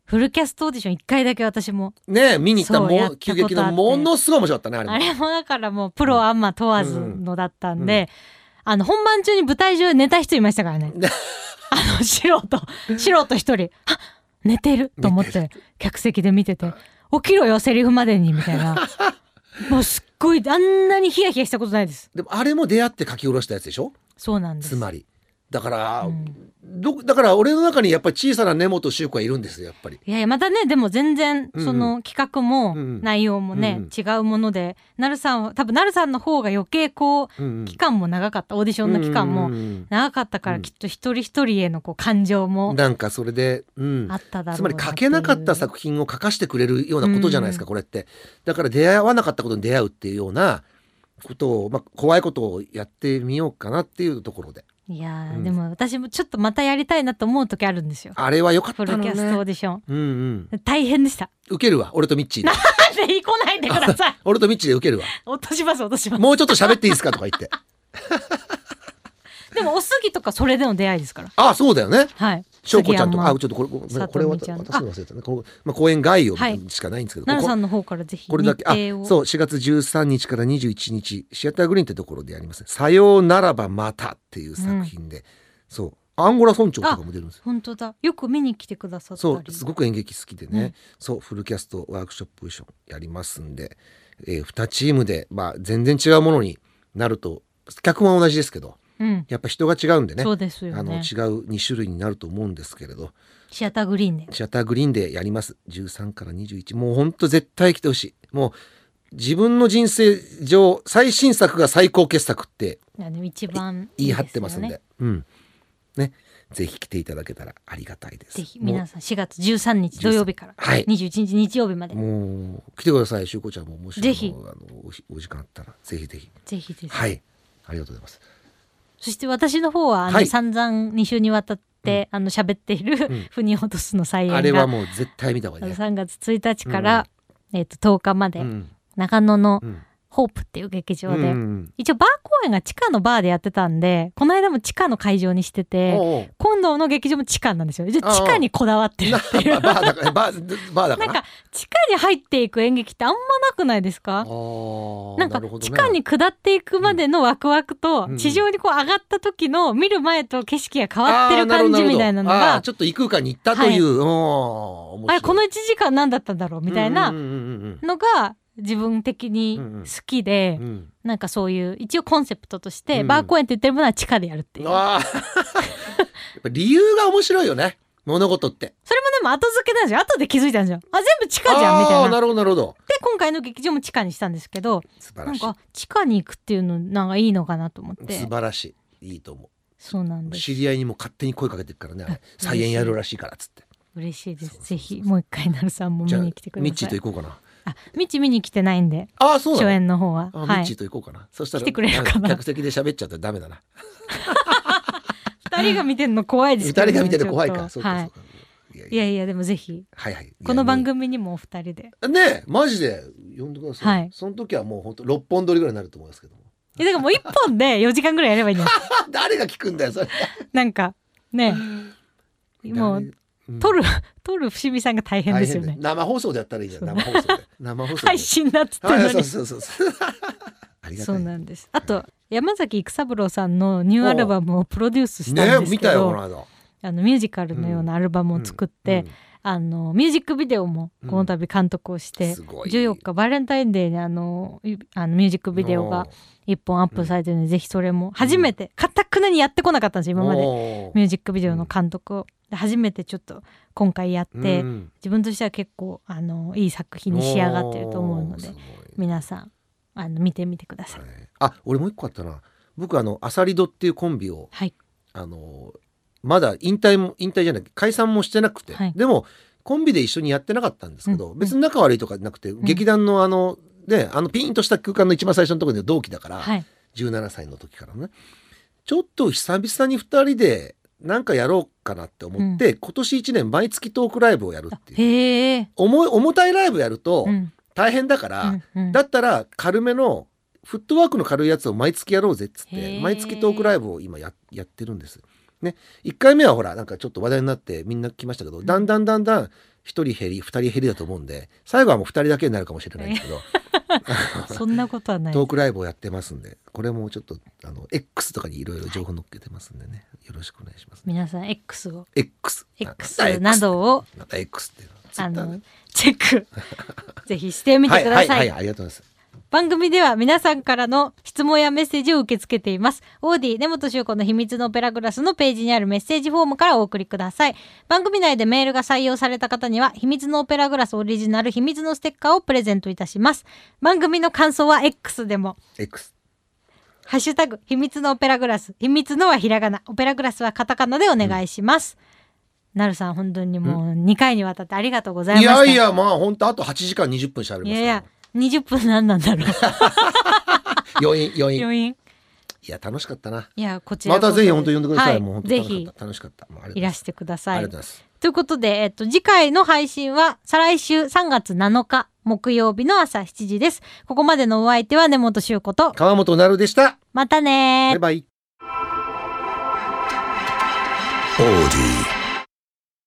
B: フルキャストオーディション一回だけ私も
C: ねえ見に行った
B: そうや
C: もう
B: ったこ
C: 急
B: とあって
C: 激のものすごい面白かったねあれも
B: あれもだからもうプロあんま問わずのだったんで、あの本番中に舞台上で寝た人いましたか らねあの素人素人一人あ寝てると思って客席で見てて「起きろよセリフまでに」みた いなもうすっごいあんなにヒヤヒヤしたことないです
C: でもあれも出会って書き下ろしたやつでしょ
B: そうなんで
C: つ
B: す
C: まりだから、
B: うん
C: どだから俺の中にやっぱり小さな根本修子がいるんですよやっぱり。
B: いやいやまたねでも全然
C: うん
B: その企画も
C: うん
B: 内容もね、
C: うん
B: 違うものでなるさんは多分なるさんの方が余計こう
C: うんうん
B: 期間も長かったオーディションの期間
C: うん
B: も
C: うんうん
B: 長かったから
C: うん
B: きっと一人一人へのこう感情も
C: なんかそれで、うん
B: あ、っただろう
C: つまり書けなかった作品を書かしてくれるようなことじゃないですか、これってだから出会わなかったことに出会うっていうようなことを、まあ、怖いことをやってみようかなっていうところで
B: いやー、
C: うん
B: でも私もちょっとまたやりたいなと思う時あるんですよ
C: あれは良かった
B: フ
C: の
B: ルキ
C: ね
B: ャストオーディション
C: うんうん
B: 大変 でした
C: 受けるわ俺とミッチーで
B: なんで来ないでください
C: 俺とミッチーで受けるわ
B: 落とします落としま
C: もうちょっと喋っていいですかとか言って
B: すでもおすぎとかそれでの出会いですから
C: ああそうだよね
B: はい
C: 翔子ちゃんと
B: 杉
C: あ
B: 山
C: ちょっとこれごめんなさいこれ
B: 里
C: は
B: 美ち
C: 私
B: ゃん
C: の忘れたねこうまあ、講演概要
B: はい
C: しかないんですけど、こ
B: 奈良
C: こ
B: さんの方からぜひ
C: これだけあ
B: 日程を
C: そう4月13日から21日シアターグリーンってところでやります「さようならばまた」っていう作品で、そうアンゴラ村長とかも出るんですよ
B: 本当だよく見に来てくださったり
C: そうすごく演劇好きでね、
B: うん
C: そうフルキャストワークショップオーディションやりますんで、え2チームで、まあ、全然違うものになると脚本は同じですけど
B: うん
C: やっぱ人が違うんでね
B: そうですよ
C: あの違
B: ね
C: う2種類になると思うんですけれど
B: シアターグリーンで
C: シアターグリーンでやります13から21もうほんと絶対来てほしいもう自分の人生上最新作が最高傑作って
B: あの一番
C: 言い張
B: で
C: っ
B: よ
C: てますんで
B: ね
C: うんねぜひ来ていただけたらありがたいです
B: ぜひ
C: も
B: 皆さん4月13日土曜日から
C: うはい
B: 21日日曜日まで
C: もう来てくださいしゅうこちゃんももし
B: ぜひ
C: あのあのおしお時間あったらぜひぜひ
B: ぜひです、
C: はいありがとうございます
B: そして私の方はあの、
C: はい
B: 散々2週にわたって、あの喋っている
C: ん
B: 「 腑に落とす」の再演が
C: あれはもう絶対見た方
B: あ
C: がい
B: の
C: いね
B: 3月1日から、えっと10日まで、
C: うん
B: 長野の
C: うん
B: ホープっていう劇場
C: う
B: で、
C: ん
B: 一応バー公演が地下のバーでやってたんでこの間も地下の会場にしてて
C: おうおう
B: 今度の劇場も地下なんですよ一応地下にこだわってるってい
C: な
B: う
C: バーだからバーバーだか
B: なん
C: ら
B: か地下に入っていく演劇ってあんまなくないですか
C: あ
B: なん
C: あ
B: か
C: なるほどね
B: 地下に下っていくまでのワクワクと、
C: うん
B: 地上にこう上がった時の見る前と景色が変わってる感じみたいなの
C: あーるほどあ
B: が
C: ーちょっと異空間に行ったという、おー面
B: あ
C: 白い
B: れこの1時間何だったんだろうみたいな
C: うんうんうん
B: のが自分的に好きで
C: うん、うん
B: なんかそういう一応コンセプトとして、
C: うん
B: バー公演って言ってるものは地下でやるって
C: う
B: い
C: ん
B: うそれも
C: あーやっぱ理由が面白いよね物事って
B: でも後付けなんですよ後で気づいたんですよあ全部地下じゃんみたい
C: あーな
B: なで
C: るほどなるほど
B: 今回の劇場も地下にしたんですけど
C: 素晴
B: な
C: ら
B: ん
C: しい
B: か地下に行くっていうのなんかいいのかなと思って
C: 素晴らしいいいと思
B: そうなん
C: う
B: です
C: 知り合いにも勝手に声かけてるからねあれ
B: 嬉しい
C: 再演やるらしいからっつって
B: 嬉しいで
C: そう
B: す。
C: そうそう
B: ぜひもう一回なるさんも見
C: じゃあ
B: に
C: ミ
B: 来てください。
C: ッチーと行こうかな
B: あ、ミッチ見に来てないんで、
C: ああそう
B: 初
C: だ
B: 演の方は、
C: あーミ
B: は
C: ッ
B: い。
C: チーと行こうかなそしたら
B: 来てくれるかな
C: 客席で喋っちゃったらダメだな
B: 二人が見てるの怖いです
C: 二
B: けどね。
C: 人が見てる怖いか
B: ちょ
C: ら
B: っと
C: そう
B: は
C: かそう
B: い。
C: かいやい
B: い
C: や
B: やいやでもぜひ
C: はいはい
B: この
C: 組
B: 番組にもお二人で。
C: ねえマジで呼んでください、
B: はい
C: その時はもう本当六本撮りぐらいになると思いますけども
B: いやだからもう一本で四時間ぐらいやればいいんじゃない
C: 誰が聞くんだよそれ
B: なんかね、もう撮
C: る
B: る撮る伏見さんが大変ですよね。
C: 生放送でやったらいいじゃん
B: そう
C: 生放 送で生放送で
B: 配信だっつって
C: はいそう
B: るのに。
C: そうそうそうありがた
B: そ
C: いうね
B: なんです。あと山崎育三郎さんのニューアルバムをプロデュースしたんです
C: 見
B: け
C: たよ
B: ど、
C: この間
B: あのミュージカルのようなアルバムを作って、あのミュージックビデオも
C: うん
B: この度監督をし
C: うん
B: て、
C: すごい
B: 14日バレンタインデーにあのいあのミュージックビデオが1本アップされてるので、ぜひそれも初めてかたくなにやってこなかったんですよ今まで
C: で
B: ミュージックビデオの監督を。で初めてちょっと今回やって、自分としては結構あのいい作品に仕上がってると思うので皆さんあの見てみてください。
C: あ俺もう一個あったな僕あのアサリドっていうコンビを
B: はい、
C: あのまだ引退も引退じゃない解散もしてなくて、
B: はい
C: でもコンビで一緒にやってなかったんですけど、
B: うん
C: 別に仲悪いとかなくて、
B: ん
C: 劇団のあのねあのピンとした空間の一番最初のところで同期だから、
B: はい
C: 17歳の時からねちょっと久々に2人で何かやろうかなって思って、今年1年毎月トークライブをやるっていう
B: へえ、
C: 重い重たいライブやると
B: うん
C: 大変だから、
B: うんうん
C: だったら軽めのフットワークの軽いやつを毎月やろうぜっつっ
B: へ
C: て
B: ー
C: 毎月トークライブを今ややってるんです。ね、1回目はほらなんかちょっと話題になってみんな来ましたけど、
B: ん
C: だんだんだんだん1人減り2人減りだと思うんで最後はもう2人だけになるかもしれないんです けど、
B: そんなことはない
C: トークライブをやってますんでこれもちょっとあの X とかにいろいろ情報載っけてますんでねよろしくお願いします。
B: 皆さん X を
C: X,
B: X などを
C: なんだ X っていうの
B: あ
C: Twitter
B: の
C: ね
B: チェックぜひしてみ
C: は
B: て
C: い
B: く
C: は
B: だ
C: いは
B: さい
C: い。ありがとうございます。
B: 番組では皆さんからの質問やメッセージを受け付けています。オーディ根本修子の秘密のオペラグラスのページにあるメッセージフォームからお送りください。番組内でメールが採用された方には、秘密のオペラグラスオリジナル秘密のステッカーをプレゼントいたします。番組の感想は X でも、
C: X
B: ハッシュタグ、秘密のオペラグラス。秘密のはひらがな。オペラグラスはカタカナでお願いします。なるさん、本当にもう2回にわたってありがとうございま
C: い
B: した。
C: やいやまあ本当あと8時間20分しゃべり
B: い
C: ます
B: や
C: か
B: い
C: ら
B: や、20分何なんだろう。
C: 余韻余韻
B: 余韻。
C: いや楽しかったない
B: や、こちら
C: ま
B: こそ
C: たぜひ本当に呼んでください、
B: はい
C: もう本当
B: ぜ
C: 楽し
B: ひ
C: かった楽しかったもうありがとうござ
B: いらしてくださ
C: あり
B: い
C: がとうございます
B: ということで、えっと、次回の配信は、再来週3月7日、木曜日の朝7時です。ここまでのお相手は根本修子と、
C: 川本なるでした
B: またねー
C: バイバイ
A: オーディ